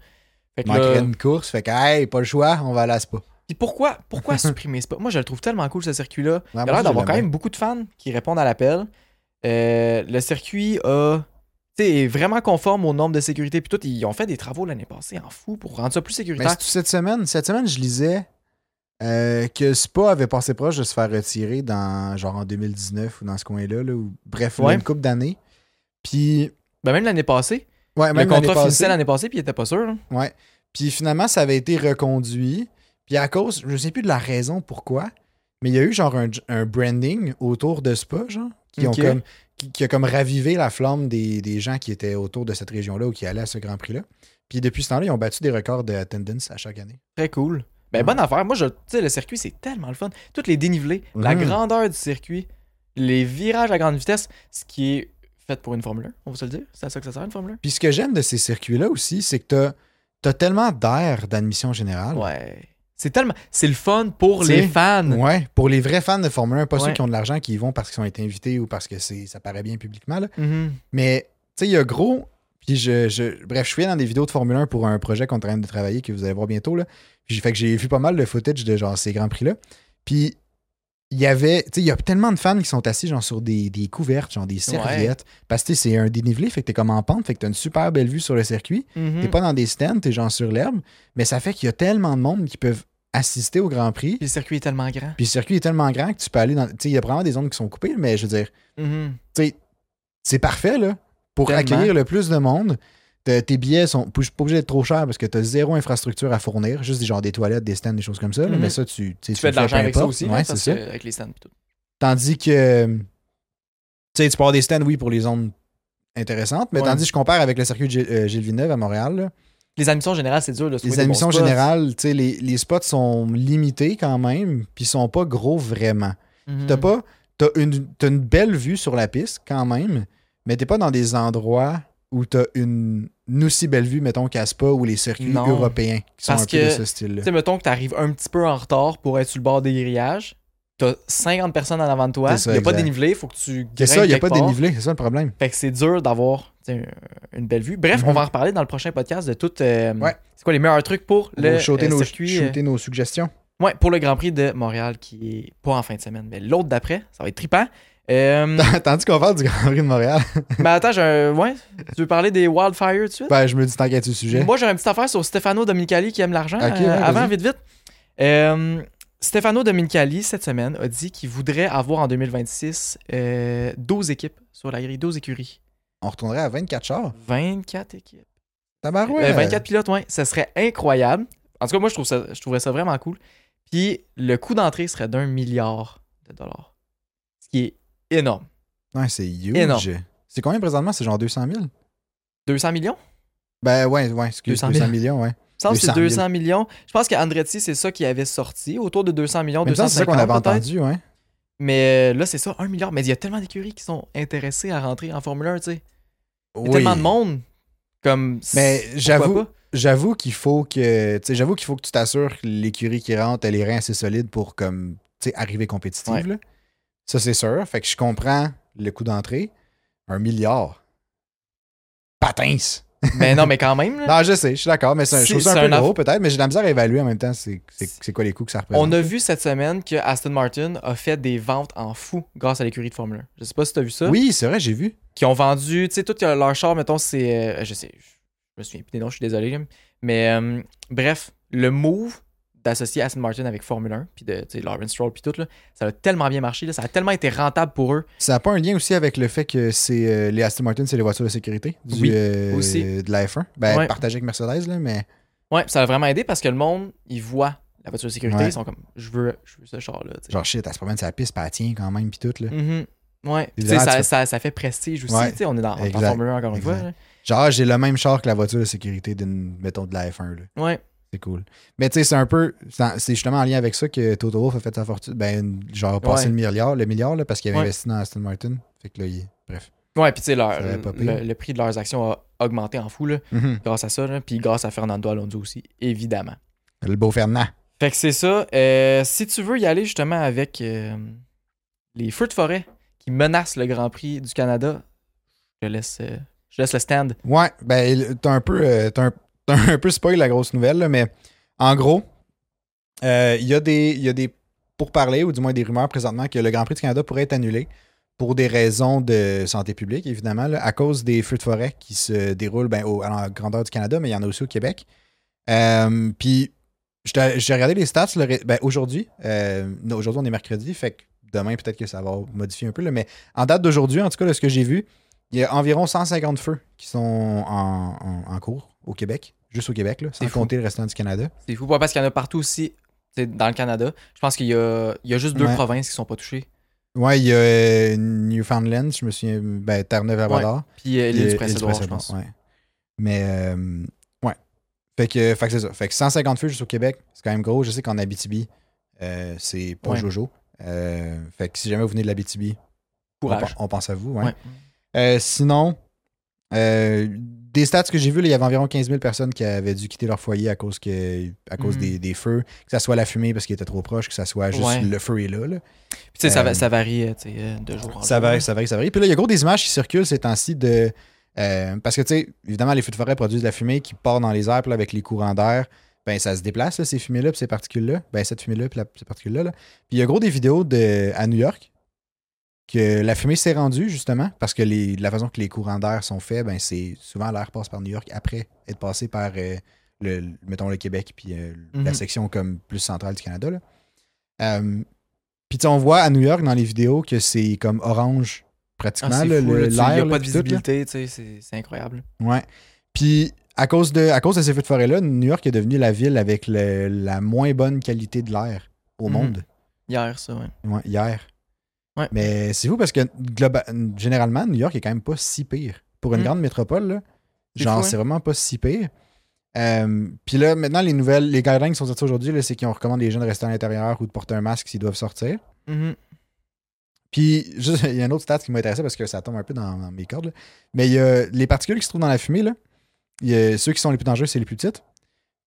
[SPEAKER 1] Fait que
[SPEAKER 2] Il
[SPEAKER 1] là-
[SPEAKER 2] manquerait une course. Fait que, hey, pas le choix, on va aller à Spa.
[SPEAKER 1] Puis pourquoi, pourquoi *laughs* supprimer Spa? Moi, je le trouve tellement cool, ce circuit-là.
[SPEAKER 2] Ouais, Ah, moi
[SPEAKER 1] Il y a l'air
[SPEAKER 2] aussi,
[SPEAKER 1] d'avoir
[SPEAKER 2] j'aime
[SPEAKER 1] quand
[SPEAKER 2] bien.
[SPEAKER 1] même beaucoup de fans qui répondent à l'appel. Euh, le circuit a. tu sais, t'sais, vraiment conforme aux normes de sécurité. Puis tout, ils ont fait des travaux l'année passée en fou pour rendre ça plus
[SPEAKER 2] Mais
[SPEAKER 1] sécuritaire.
[SPEAKER 2] c'est-tu cette semaine, cette semaine, je lisais euh, que Spa avait passé proche de se faire retirer dans genre en 2019 ou dans ce coin-là, là, ou bref, là,
[SPEAKER 1] Ouais.
[SPEAKER 2] une couple d'années. Puis
[SPEAKER 1] Ben, même l'année passée,
[SPEAKER 2] ouais, même
[SPEAKER 1] le
[SPEAKER 2] l'année
[SPEAKER 1] contrat
[SPEAKER 2] passée,
[SPEAKER 1] finissait l'année passée, puis il était pas sûr. hein. là.
[SPEAKER 2] Ouais. Puis finalement, ça avait été reconduit. Puis à cause, je sais plus de la raison pourquoi, mais il y a eu genre un, un branding autour de Spa, genre, qui, ont
[SPEAKER 1] Ok.
[SPEAKER 2] comme, qui, qui a comme ravivé la flamme des, des gens qui étaient autour de cette région-là ou qui allaient à ce Grand Prix-là. Puis depuis ce temps-là, ils ont battu des records de attendance à chaque année.
[SPEAKER 1] Très cool. Ben,
[SPEAKER 2] Ouais.
[SPEAKER 1] bonne affaire. Moi, je, tu sais, le circuit, c'est tellement le fun. Toutes les dénivelés, la
[SPEAKER 2] Mhm.
[SPEAKER 1] grandeur du circuit, les virages à grande vitesse, ce qui est fait pour une Formule 1, on va se le dire. C'est à ça que ça sert, une Formule
[SPEAKER 2] Puis ce que j'aime de ces circuits-là aussi, c'est que t'as as tellement d'air d'admission
[SPEAKER 1] 1.
[SPEAKER 2] générale.
[SPEAKER 1] Ouais. C'est tellement. C'est le fun pour
[SPEAKER 2] T'sais,
[SPEAKER 1] les fans.
[SPEAKER 2] Ouais, pour les vrais fans de Formule 1, pas ceux
[SPEAKER 1] Ouais.
[SPEAKER 2] qui ont de l'argent, qui y vont parce qu'ils ont été invités ou parce que c'est ça paraît bien publiquement. Là.
[SPEAKER 1] Mhm.
[SPEAKER 2] Mais, tu sais, il y a gros. Puis, je, je- bref, je suis dans des vidéos de Formule 1 pour un projet qu'on est en train de travailler que vous allez voir bientôt. Là. Puis, j'ai- fait que j'ai vu pas mal de footage de genre ces grands prix-là. Puis, il y avait. Tu sais, il y a tellement de fans qui sont assis genre sur des, des couvertes, genre des serviettes. Parce que tu sais, c'est un dénivelé, fait que t'es comme en pente, fait que t'as une super belle vue sur le circuit.
[SPEAKER 1] Mhm.
[SPEAKER 2] T'es pas dans des stands, t'es genre sur l'herbe. Mais ça fait qu'il y a tellement de monde qui peuvent assister au grand prix.
[SPEAKER 1] Puis le circuit est tellement grand.
[SPEAKER 2] Puis, le circuit est tellement grand que tu peux aller dans. Tu sais, il y a probablement des zones qui sont coupées, mais je veux dire
[SPEAKER 1] Mhm.
[SPEAKER 2] tu sais, c'est parfait, là, pour
[SPEAKER 1] Tellement.
[SPEAKER 2] accueillir le plus de monde. T'as- Tes billets sont pas pas obligés d'être trop chers parce que tu as zéro infrastructure à fournir, juste des, genre des toilettes, des stands, des choses comme ça. là,
[SPEAKER 1] Mhm.
[SPEAKER 2] Mais ça, tu, sais,
[SPEAKER 1] Tu fais
[SPEAKER 2] le
[SPEAKER 1] de l'argent
[SPEAKER 2] peu
[SPEAKER 1] avec ça
[SPEAKER 2] importe.
[SPEAKER 1] aussi,
[SPEAKER 2] Ouais,
[SPEAKER 1] là,
[SPEAKER 2] c'est
[SPEAKER 1] parce
[SPEAKER 2] ça.
[SPEAKER 1] que avec les stands et tout.
[SPEAKER 2] Tandis que tu sais, tu peux avoir des stands, oui, pour les zones intéressantes, mais
[SPEAKER 1] Ouais.
[SPEAKER 2] tandis que je compare avec le circuit de Gilles, euh, Gilles Villeneuve à Montréal, là,
[SPEAKER 1] Les admissions générales, c'est dur de se trouver des
[SPEAKER 2] les
[SPEAKER 1] bons
[SPEAKER 2] admissions
[SPEAKER 1] spots.
[SPEAKER 2] générales, tu sais, les, les spots sont limités quand même, puis ils sont pas gros vraiment.
[SPEAKER 1] Mhm.
[SPEAKER 2] T'as pas. T'as une, t'as une belle vue sur la piste quand même, mais t'es pas dans des endroits où t'as une, une aussi belle vue, mettons, qu'à Spa ou les circuits
[SPEAKER 1] Non.
[SPEAKER 2] européens qui sont
[SPEAKER 1] Parce
[SPEAKER 2] un peu de
[SPEAKER 1] que,
[SPEAKER 2] ce style-là.
[SPEAKER 1] Tu sais, mettons que t'arrives un petit peu en retard pour être sur le bord des grillages. T'as 50 personnes en avant de toi.
[SPEAKER 2] C'est ça,
[SPEAKER 1] Il n'y a pas de
[SPEAKER 2] exact.
[SPEAKER 1] dénivelé. faut que tu
[SPEAKER 2] C'est ça,
[SPEAKER 1] grimpes
[SPEAKER 2] il a
[SPEAKER 1] quelque
[SPEAKER 2] pas de
[SPEAKER 1] part.
[SPEAKER 2] dénivelé, c'est ça le problème.
[SPEAKER 1] Fait que c'est dur d'avoir tu sais, une belle vue. Bref,
[SPEAKER 2] Mhm.
[SPEAKER 1] on va en reparler dans le prochain podcast de tout. euh,
[SPEAKER 2] Ouais.
[SPEAKER 1] C'est quoi les meilleurs trucs pour
[SPEAKER 2] Le,
[SPEAKER 1] le
[SPEAKER 2] shooter,
[SPEAKER 1] euh,
[SPEAKER 2] nos,
[SPEAKER 1] circuit euh,
[SPEAKER 2] shooter nos suggestions.
[SPEAKER 1] ouais, pour le Grand Prix de Montréal qui est pas en fin de semaine, mais l'autre d'après, ça va être trippant. Euh,
[SPEAKER 2] *laughs* Tandis qu'on parle du Grand Prix
[SPEAKER 1] *laughs*
[SPEAKER 2] de Montréal,
[SPEAKER 1] mais attends, j'ai un- ouais, tu veux parler des wildfires tout de suite?
[SPEAKER 2] ben, je me dis tant qu'à ce sujet.
[SPEAKER 1] Moi, j'aurais une petite affaire sur Stefano Dominicali qui aime l'argent.
[SPEAKER 2] Ok, ouais,
[SPEAKER 1] Euh, avant,
[SPEAKER 2] vas-y.
[SPEAKER 1] vite, vite. Euh, Stefano Dominicali, cette semaine, a dit qu'il voudrait avoir en 2026 euh, 12 équipes sur la grille, 12 écuries.
[SPEAKER 2] On retournerait à 24 chars.
[SPEAKER 1] 24 équipes.
[SPEAKER 2] Tabarouette.
[SPEAKER 1] Euh, 24 pilotes, ouais. Ça serait incroyable. En tout cas, moi, je, trouve ça, je trouverais ça vraiment cool. Puis, le coût d'entrée serait d'un milliard de dollars. Ce qui est énorme.
[SPEAKER 2] Ouais, c'est huge.
[SPEAKER 1] Énorme.
[SPEAKER 2] C'est combien présentement? C'est genre 200 000?
[SPEAKER 1] 200 millions?
[SPEAKER 2] Ben ouais, ouais, excuse,
[SPEAKER 1] 200
[SPEAKER 2] 200,
[SPEAKER 1] 000.
[SPEAKER 2] millions, ouais.
[SPEAKER 1] Je pense que c'est
[SPEAKER 2] 200 000.
[SPEAKER 1] 200 millions. Je pense qu'Andretti, c'est ça qui avait sorti, autour de 200 millions,
[SPEAKER 2] Mais il me semble que c'est
[SPEAKER 1] 250
[SPEAKER 2] ça qu'on avait
[SPEAKER 1] peut-être.
[SPEAKER 2] entendu, ouais.
[SPEAKER 1] Mais euh, là, c'est ça, un milliard. Mais il y a tellement d'écuries qui sont intéressées à rentrer en Formule 1, tu sais. Il y a
[SPEAKER 2] Oui.
[SPEAKER 1] tellement de monde. Comme.
[SPEAKER 2] Mais
[SPEAKER 1] pourquoi
[SPEAKER 2] j'avoue-
[SPEAKER 1] pas.
[SPEAKER 2] J'avoue qu'il faut que tu sais, j'avoue qu'il faut que tu t'assures que l'écurie qui rentre elle est reins assez solide pour comme tu sais, arriver compétitive
[SPEAKER 1] Ouais.
[SPEAKER 2] là. Ça c'est sûr, fait que je comprends le coût d'entrée, un milliard. Patins.
[SPEAKER 1] Mais non, mais quand même. là.
[SPEAKER 2] *laughs* Non, je sais, je suis d'accord, mais c'est un- je
[SPEAKER 1] C'est-
[SPEAKER 2] trouve ça
[SPEAKER 1] c'est
[SPEAKER 2] un peu
[SPEAKER 1] un aff-
[SPEAKER 2] gros peut-être, mais j'ai de la misère à évaluer en même temps c'est c'est- c'est quoi les coûts que ça représente.
[SPEAKER 1] On a vu cette semaine que Aston Martin a fait des ventes en fou grâce à l'écurie de Formule 1. Je sais pas si t'as vu ça.
[SPEAKER 2] Oui, c'est vrai, j'ai vu.
[SPEAKER 1] Qui ont vendu, tu sais, tout leur char, mettons, c'est. euh, je sais, je me souviens plus des noms, je suis désolé. là. Mais euh, bref, le move d'associer Aston Martin avec Formule 1, puis de, tu sais, Lawrence Stroll, puis tout, là, ça a tellement bien marché, là, ça a tellement été rentable pour eux.
[SPEAKER 2] Ça n'a pas un lien aussi avec le fait que c'est euh, les Aston Martin, c'est les voitures de sécurité du,
[SPEAKER 1] Oui,
[SPEAKER 2] euh,
[SPEAKER 1] aussi.
[SPEAKER 2] de la F1. Ben,
[SPEAKER 1] Ouais.
[SPEAKER 2] partagé avec Mercedes, là, mais
[SPEAKER 1] Ouais, ça a vraiment aidé parce que le monde, il voit la voiture de sécurité,
[SPEAKER 2] Ouais.
[SPEAKER 1] ils sont comme, je veux, je veux ce char-là. tu sais.
[SPEAKER 2] genre shit, elle se promène sur la piste, puis elle tient quand même, puis tout. Là.
[SPEAKER 1] Mhm. Ouais. Puis, tu sais,
[SPEAKER 2] Évidemment, tu
[SPEAKER 1] ça,
[SPEAKER 2] peux-
[SPEAKER 1] ça, ça fait prestige aussi.
[SPEAKER 2] Ouais.
[SPEAKER 1] tu sais, On est dans, en
[SPEAKER 2] Exact.
[SPEAKER 1] Formule 1 encore une
[SPEAKER 2] Exact.
[SPEAKER 1] fois. là.
[SPEAKER 2] Genre, j'ai le même char que la voiture de sécurité d'une, mettons, de la F1. là.
[SPEAKER 1] Ouais.
[SPEAKER 2] C'est cool. Mais tu sais, c'est un peu. ça- C'est justement en lien avec ça que Toto Wolff a fait sa fortune. Ben, genre, passer
[SPEAKER 1] Ouais.
[SPEAKER 2] le milliard, le milliard là, parce qu'il avait
[SPEAKER 1] Ouais.
[SPEAKER 2] investi dans Aston Martin. Fait que là, il. Bref.
[SPEAKER 1] Ouais, puis tu sais, leur-
[SPEAKER 2] Ça avait pas
[SPEAKER 1] le,
[SPEAKER 2] pire.
[SPEAKER 1] le prix de leurs actions a augmenté en fou là,
[SPEAKER 2] Mhm.
[SPEAKER 1] grâce à ça. là, Puis grâce à Fernando Alonso aussi, évidemment.
[SPEAKER 2] Le beau Fernand.
[SPEAKER 1] Fait que c'est ça. Euh, si tu veux y aller justement avec euh, les feux de forêt qui menacent le Grand Prix du Canada, je te laisse, euh, je laisse le stand.
[SPEAKER 2] Ouais, ben, il- t'as un peu. euh, t'as un, t'as un peu spoil la grosse nouvelle, là, mais en gros, euh, il y a des. Il y a des pourparlers, ou du moins des rumeurs présentement, que le Grand Prix du Canada pourrait être annulé pour des raisons de santé publique, évidemment, là, à cause des feux de forêt qui se déroulent ben, au- à la grandeur du Canada, mais il y en a aussi au Québec. Euh, Puis, j'étais- j'ai regardé les stats le ré- ben, aujourd'hui. euh, non, aujourd'hui, on est mercredi, fait que demain, peut-être que ça va modifier un peu, là, mais en date d'aujourd'hui, en tout cas, de ce que j'ai vu, il y a environ 150 feux qui sont en, en- en cours au Québec, juste au Québec, là, sans
[SPEAKER 1] C'est fou.
[SPEAKER 2] compter le restant du Canada.
[SPEAKER 1] C'est fou, ouais, parce qu'il y en a partout aussi, tu sais, dans le Canada. Je pense qu'il y a, il y a juste deux
[SPEAKER 2] Ouais.
[SPEAKER 1] provinces qui sont pas touchées.
[SPEAKER 2] Ouais, il y a euh, Newfoundland, je me souviens, ben, Terre-Neuve-Labrador.
[SPEAKER 1] Puis euh, l'île
[SPEAKER 2] Et-
[SPEAKER 1] du
[SPEAKER 2] et le
[SPEAKER 1] Prince-Édouard, je
[SPEAKER 2] Prince-Édouard,
[SPEAKER 1] pense.
[SPEAKER 2] ouais. Mais, euh, ouais. Fait que, fait que c'est ça. Fait que 150 feux juste au Québec, c'est quand même gros. Je sais qu'en Abitibi, euh, c'est pas
[SPEAKER 1] Ouais.
[SPEAKER 2] jojo. Euh, fait que si jamais vous venez de l'Abitibi, on,
[SPEAKER 1] Courage.
[SPEAKER 2] on pense à vous. ouais.
[SPEAKER 1] Ouais.
[SPEAKER 2] Euh, sinon, euh, des stats que j'ai vus, là, il y avait environ 15 000 personnes qui avaient dû quitter leur foyer à cause, que, à cause
[SPEAKER 1] Mhm.
[SPEAKER 2] des, des feux, que ça soit la fumée parce qu'il était trop proche, que ça soit juste
[SPEAKER 1] Ouais.
[SPEAKER 2] le feu est là. là.
[SPEAKER 1] Puis tu sais, ça, va-
[SPEAKER 2] Euh,
[SPEAKER 1] ça varie euh, tu sais, euh, de jour en jour.
[SPEAKER 2] Ça varie, ça varie, ça varie. Puis là, il y a gros des images qui circulent ces temps-ci de. euh, parce que, tu sais, évidemment, les feux de forêt produisent de la fumée qui part dans les airs, puis là, avec les courants d'air, ben ça se déplace, là, ces fumées-là, puis ces particules-là. Ben, cette fumée-là, puis la- ces particules-là. là. Puis il y a gros des vidéos de, à New York que la fumée s'est rendue, justement, parce que les, de la façon que les courants d'air sont faits, ben c'est souvent l'air passe par New York après être passé par, euh, le, mettons, le Québec, puis euh, la
[SPEAKER 1] Mhm.
[SPEAKER 2] section comme plus centrale du Canada. Là. Euh, puis tu sais, on voit à New York dans les vidéos que c'est comme
[SPEAKER 1] Ah,
[SPEAKER 2] orange pratiquement
[SPEAKER 1] c'est
[SPEAKER 2] là,
[SPEAKER 1] fou,
[SPEAKER 2] le-
[SPEAKER 1] là, tu-
[SPEAKER 2] l'air.
[SPEAKER 1] Il n'y a
[SPEAKER 2] là,
[SPEAKER 1] pas de
[SPEAKER 2] puis tout, là.
[SPEAKER 1] visibilité, tu sais, c'est c'est incroyable.
[SPEAKER 2] Ouais. Puis à cause de à cause de ces feux de forêt là, New York est devenue la ville avec le- la moins bonne qualité de l'air au
[SPEAKER 1] Mhm.
[SPEAKER 2] monde
[SPEAKER 1] Hier, ça, ouais.
[SPEAKER 2] Ouais, hier.
[SPEAKER 1] Ouais.
[SPEAKER 2] Mais c'est vous parce que globa- généralement New York est quand même pas si pire pour une
[SPEAKER 1] Mhm.
[SPEAKER 2] grande métropole là.
[SPEAKER 1] C'est
[SPEAKER 2] Genre
[SPEAKER 1] fou, hein?
[SPEAKER 2] c'est vraiment pas si pire. Euh, Puis là, maintenant, les nouvelles, les guidelines qui sont sorties aujourd'hui, là, c'est qu'on recommande les gens de rester à l'intérieur ou de porter un masque s'ils doivent sortir. Mm-hmm,
[SPEAKER 1] Mhm.
[SPEAKER 2] Puis, juste, il y a un autre stat qui m'intéressait parce que ça tombe un peu dans, dans mes cordes. là. Mais il y a les particules qui se trouvent dans la fumée, là. Il y a ceux qui sont les plus dangereux, c'est les plus petites.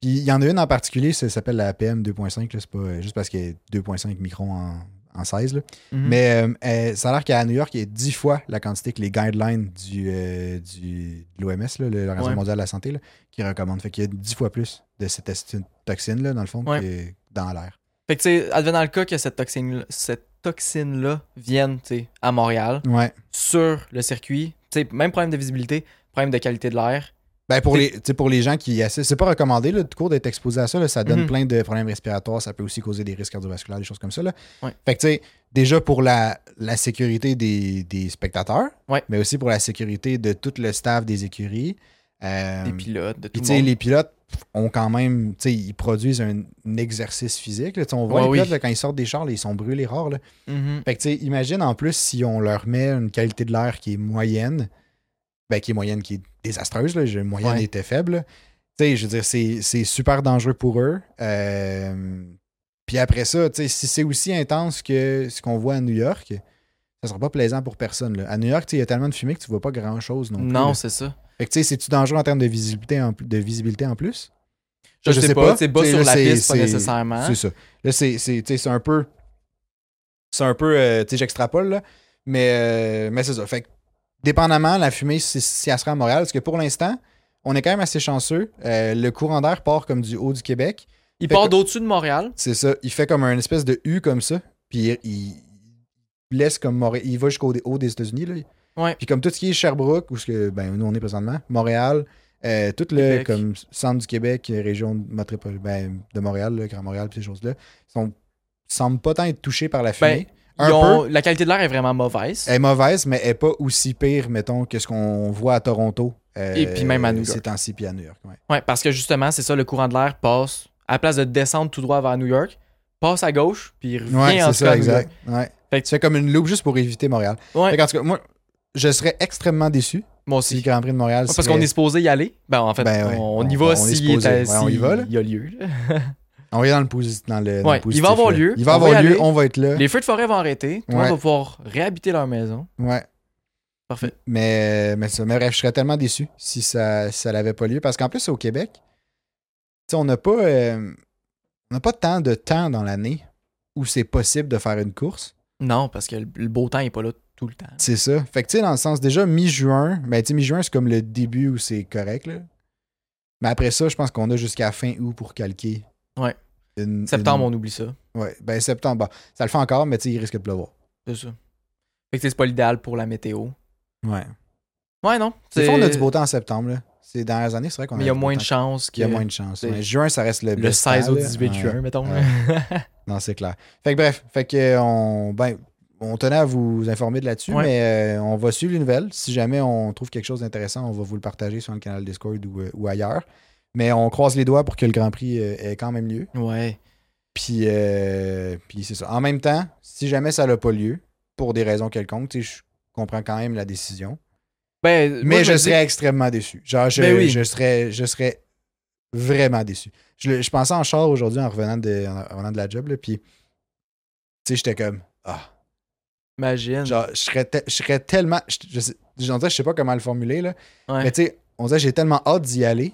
[SPEAKER 2] Puis, il y en a une en particulier, ça s'appelle la PM 2.5. là. C'est pas euh, juste parce qu'elle est 2.5 microns en, en 16. là.
[SPEAKER 1] Mhm.
[SPEAKER 2] Mais euh, euh, ça a l'air qu'à New York, il y a 10 fois la quantité que les guidelines du, euh, du, de l'OMS, là, l'Organisation
[SPEAKER 1] Ouais.
[SPEAKER 2] mondiale de la santé, là, qui recommande. Fait qu'il y a 10 fois plus de cette esti- toxine-là, dans le fond,
[SPEAKER 1] Ouais.
[SPEAKER 2] que dans l'air.
[SPEAKER 1] Fait que, tu sais, advenant le cas que cette toxine-là cette toxine vienne, tu sais, à Montréal,
[SPEAKER 2] Ouais.
[SPEAKER 1] sur le circuit, tu sais, même problème de visibilité, problème de qualité de l'air.
[SPEAKER 2] Ben pour,
[SPEAKER 1] T'sais-
[SPEAKER 2] les, t'sais, pour les gens qui assistent, c'est pas recommandé là, de cours d'être exposé à ça. là. ça donne
[SPEAKER 1] Mhm.
[SPEAKER 2] plein de problèmes respiratoires. Ça peut aussi causer des risques cardiovasculaires, des choses comme ça. Là.
[SPEAKER 1] Ouais.
[SPEAKER 2] Fait que tu sais, déjà pour la, la sécurité des, des spectateurs,
[SPEAKER 1] Ouais.
[SPEAKER 2] mais aussi pour la sécurité de tout le staff des écuries. Euh,
[SPEAKER 1] Des pilotes, de tout
[SPEAKER 2] puis tu
[SPEAKER 1] le
[SPEAKER 2] sais,
[SPEAKER 1] monde.
[SPEAKER 2] les pilotes ont quand même, tu sais, ils produisent un, un exercice physique. là. Tu sais, On voit
[SPEAKER 1] Ouais,
[SPEAKER 2] les
[SPEAKER 1] oui.
[SPEAKER 2] pilotes là, quand ils sortent des chars, là, ils sont brûlés rares. là.
[SPEAKER 1] Mhm.
[SPEAKER 2] Fait que, tu sais, imagine en plus si on leur met une qualité de l'air qui est moyenne, ben, qui est moyenne, qui est désastreuse, là, je- moyenne
[SPEAKER 1] Ouais.
[SPEAKER 2] était faible. là. Tu sais, je veux dire, c'est c'est super dangereux pour eux. Euh, puis après ça, tu sais, si c'est aussi intense que ce qu'on voit à New York, ça sera pas plaisant pour personne. là. À New York, tu sais, il y a tellement de fumée que tu vois pas grand-chose non plus.
[SPEAKER 1] Non,
[SPEAKER 2] là.
[SPEAKER 1] c'est ça.
[SPEAKER 2] Fait que, tu sais, c'est-tu dangereux en termes de visibilité en, de visibilité en plus?
[SPEAKER 1] Je, sais, pas, c'est bas
[SPEAKER 2] Tu sais,
[SPEAKER 1] sur
[SPEAKER 2] là,
[SPEAKER 1] la
[SPEAKER 2] c'est-
[SPEAKER 1] piste, pas
[SPEAKER 2] c'est-
[SPEAKER 1] nécessairement.
[SPEAKER 2] C'est ça. Là, c'est c'est- tu sais, c'est un peu. C'est un peu. euh, tu sais, j'extrapole, là. Mais, euh, mais c'est ça. Fait que, dépendamment, la fumée, si, si elle sera à Montréal, parce que pour l'instant, on est quand même assez chanceux. Euh, le courant d'air part comme du haut du Québec.
[SPEAKER 1] Il
[SPEAKER 2] Fait
[SPEAKER 1] part
[SPEAKER 2] que-
[SPEAKER 1] d'au-dessus de Montréal.
[SPEAKER 2] C'est ça. Il fait comme un espèce de U comme ça. Puis il, il laisse comme Montréal. Il va jusqu'au haut des États-Unis, là.
[SPEAKER 1] Ouais.
[SPEAKER 2] Puis comme tout ce qui est Sherbrooke, où ce que, ben, nous on est présentement, Montréal, euh, tout le
[SPEAKER 1] Québec.
[SPEAKER 2] comme centre du Québec, euh, région de métropole- ben, de Montréal, là, Grand Montréal, puis ces choses-là, sont, semblent pas tant être touchés par la
[SPEAKER 1] Ben,
[SPEAKER 2] fumée.
[SPEAKER 1] ils
[SPEAKER 2] un
[SPEAKER 1] ont- La qualité de l'air est vraiment mauvaise.
[SPEAKER 2] Elle est mauvaise, mais elle n'est pas aussi pire, mettons, que ce qu'on voit à Toronto. euh,
[SPEAKER 1] Et puis même à New
[SPEAKER 2] Ces
[SPEAKER 1] York.
[SPEAKER 2] temps-ci, puis à New York. ouais.
[SPEAKER 1] Ouais, parce que justement, c'est ça, le courant de l'air passe, à la place de descendre tout droit vers New York, passe à gauche, puis il revient
[SPEAKER 2] Ouais,
[SPEAKER 1] en tout cas
[SPEAKER 2] c'est ça,
[SPEAKER 1] à New York.
[SPEAKER 2] exact. Ouais.
[SPEAKER 1] Fait que-
[SPEAKER 2] Tu fais comme une loupe juste pour éviter Montréal.
[SPEAKER 1] Ouais.
[SPEAKER 2] Fait qu'en tout cas, moi, je serais extrêmement déçu
[SPEAKER 1] Moi
[SPEAKER 2] si le
[SPEAKER 1] aussi.
[SPEAKER 2] Grand Prix de Montréal
[SPEAKER 1] Parce qu'on
[SPEAKER 2] serait-
[SPEAKER 1] est supposé y aller. Ben, en fait,
[SPEAKER 2] Ben ouais,
[SPEAKER 1] on, on y
[SPEAKER 2] on-
[SPEAKER 1] va
[SPEAKER 2] on est
[SPEAKER 1] s'il est
[SPEAKER 2] supposé.
[SPEAKER 1] à-
[SPEAKER 2] Ouais, on y
[SPEAKER 1] s'il
[SPEAKER 2] va, là.
[SPEAKER 1] y a lieu. là.
[SPEAKER 2] On est dans le, posi- dans le, dans
[SPEAKER 1] Ouais,
[SPEAKER 2] le
[SPEAKER 1] il
[SPEAKER 2] positif.
[SPEAKER 1] va avoir
[SPEAKER 2] là.
[SPEAKER 1] lieu,
[SPEAKER 2] Il va
[SPEAKER 1] on va y
[SPEAKER 2] avoir lieu,
[SPEAKER 1] aller.
[SPEAKER 2] on va être là.
[SPEAKER 1] Les feux de forêt vont arrêter. Tout le monde
[SPEAKER 2] Ouais.
[SPEAKER 1] va pouvoir réhabiter leur maison.
[SPEAKER 2] Ouais.
[SPEAKER 1] Parfait.
[SPEAKER 2] Mais, mais, ça, mais bref, je serais tellement déçu si ça si ça n'avait pas lieu. Parce qu'en plus, au Québec, tu sais, on n'a pas, euh, on n'a pas tant de temps dans l'année où c'est possible de faire une course.
[SPEAKER 1] Non, parce que le le beau temps n'est pas là tout le temps.
[SPEAKER 2] C'est ça. Fait que, tu sais, dans le sens, déjà, mi-juin, ben, tu sais, mi-juin, c'est comme le début où c'est correct, là. Mais après ça, je pense qu'on a jusqu'à fin août pour calquer.
[SPEAKER 1] Ouais.
[SPEAKER 2] Une-
[SPEAKER 1] Septembre,
[SPEAKER 2] une-
[SPEAKER 1] on oublie ça.
[SPEAKER 2] Ouais, ben septembre, bah, ça le fait encore, mais tu sais, il risque de pleuvoir.
[SPEAKER 1] C'est ça. Fait que c'est pas l'idéal pour la météo.
[SPEAKER 2] Ouais.
[SPEAKER 1] Ouais, non.
[SPEAKER 2] Des fois, on a du beau temps en septembre. là. C'est dans les années, c'est vrai qu'on a
[SPEAKER 1] Mais il y a
[SPEAKER 2] du beau
[SPEAKER 1] moins de
[SPEAKER 2] temps.
[SPEAKER 1] chances que
[SPEAKER 2] Il y a moins de chance.
[SPEAKER 1] c'est-
[SPEAKER 2] Ouais, Juin, ça reste le
[SPEAKER 1] le
[SPEAKER 2] best
[SPEAKER 1] 16 au
[SPEAKER 2] temps, là.
[SPEAKER 1] 18
[SPEAKER 2] Ouais.
[SPEAKER 1] juin, mettons.
[SPEAKER 2] Ouais. Non, c'est clair. Fait que bref, fait que euh, on, ben, on tenait à vous informer de là-dessus,
[SPEAKER 1] Ouais.
[SPEAKER 2] mais euh, on va suivre les nouvelles. Si jamais on trouve quelque chose d'intéressant, on va vous le partager sur le canal Discord ou, euh, ou ailleurs. Mais on croise les doigts pour que le Grand Prix euh, ait quand même lieu.
[SPEAKER 1] ouais.
[SPEAKER 2] Puis, euh, puis c'est ça. En même temps, si jamais ça n'a pas lieu, pour des raisons quelconques, tu sais, je comprends quand même la décision.
[SPEAKER 1] Ben, moi,
[SPEAKER 2] Mais je,
[SPEAKER 1] me dis-
[SPEAKER 2] serais extrêmement déçu. Genre, je,
[SPEAKER 1] Ben oui.
[SPEAKER 2] je serais, je serais vraiment déçu. Je, le- je pensais en char aujourd'hui en revenant de, en revenant de la job, là, puis tu sais, j'étais comme ah,
[SPEAKER 1] Imagine.
[SPEAKER 2] genre, je serais, te- je serais tellement, je, je, sais- j'en dirais, je sais pas comment le formuler là,
[SPEAKER 1] Ouais.
[SPEAKER 2] mais tu sais, on dirait j'ai tellement hâte d'y aller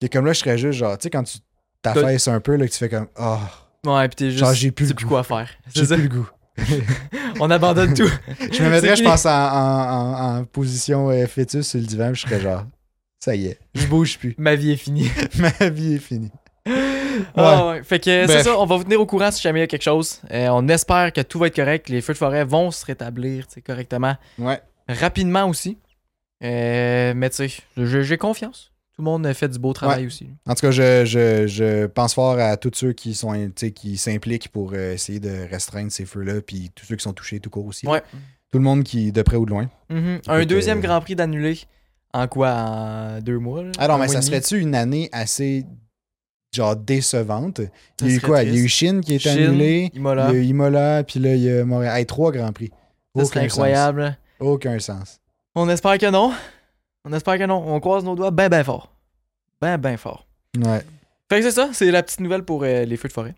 [SPEAKER 2] que comme là, je serais juste genre, tu sais, quand tu t'affaisses un peu là, que tu fais comme ah,
[SPEAKER 1] Ouais, pis t'es juste.
[SPEAKER 2] genre j'ai
[SPEAKER 1] tu
[SPEAKER 2] plus
[SPEAKER 1] sais
[SPEAKER 2] le
[SPEAKER 1] plus
[SPEAKER 2] goût.
[SPEAKER 1] quoi faire.
[SPEAKER 2] j'ai
[SPEAKER 1] C'est ça.
[SPEAKER 2] plus le goût.
[SPEAKER 1] On abandonne tout.
[SPEAKER 2] *laughs* Je me
[SPEAKER 1] *laughs*
[SPEAKER 2] mettrais,
[SPEAKER 1] C'est
[SPEAKER 2] je
[SPEAKER 1] fini.
[SPEAKER 2] pense, en, en- en- en position euh, fœtus sur le divan, puis je serais genre, ça y est, je bouge plus, *laughs*
[SPEAKER 1] Ma vie est finie.
[SPEAKER 2] ma vie est finie.
[SPEAKER 1] *laughs* Ah ouais. Fait que c'est
[SPEAKER 2] Bref.
[SPEAKER 1] ça, on va vous tenir au courant si jamais il y a quelque chose. Euh, on espère que tout va être correct. Les feux de forêt vont se rétablir tu sais, correctement.
[SPEAKER 2] Ouais.
[SPEAKER 1] Rapidement aussi. Euh, mais tu sais, j'ai j'ai confiance. Tout le monde a fait du beau travail aussi.
[SPEAKER 2] En tout cas, je, je- je pense fort à tous ceux qui sont tu sais, qui s'impliquent pour euh, essayer de restreindre ces feux-là, puis tous ceux qui sont touchés tout court aussi.
[SPEAKER 1] Ouais.
[SPEAKER 2] Tout le monde qui, de près ou de loin.
[SPEAKER 1] Mhm. Un
[SPEAKER 2] Fait que-
[SPEAKER 1] deuxième Grand Prix d'annulé. En quoi En deux mois là?
[SPEAKER 2] Alors,
[SPEAKER 1] Un
[SPEAKER 2] Ah mais
[SPEAKER 1] mois
[SPEAKER 2] ça
[SPEAKER 1] et demi?
[SPEAKER 2] serait-tu une année assez genre décevante?
[SPEAKER 1] Ça
[SPEAKER 2] Il y a eu
[SPEAKER 1] serait
[SPEAKER 2] quoi?
[SPEAKER 1] triste.
[SPEAKER 2] Il y a eu Chine qui est
[SPEAKER 1] Chine,
[SPEAKER 2] annulée,
[SPEAKER 1] Imola.
[SPEAKER 2] il y a eu Imola, puis là, il y a Montréal. Hey, trois grands prix.
[SPEAKER 1] Ça serait incroyable.
[SPEAKER 2] Sens. Aucun sens.
[SPEAKER 1] On espère que non. On espère que non. On croise nos doigts ben ben fort. Ben ben fort.
[SPEAKER 2] Ouais.
[SPEAKER 1] Fait que c'est ça, c'est la petite nouvelle pour euh, les feux de forêt.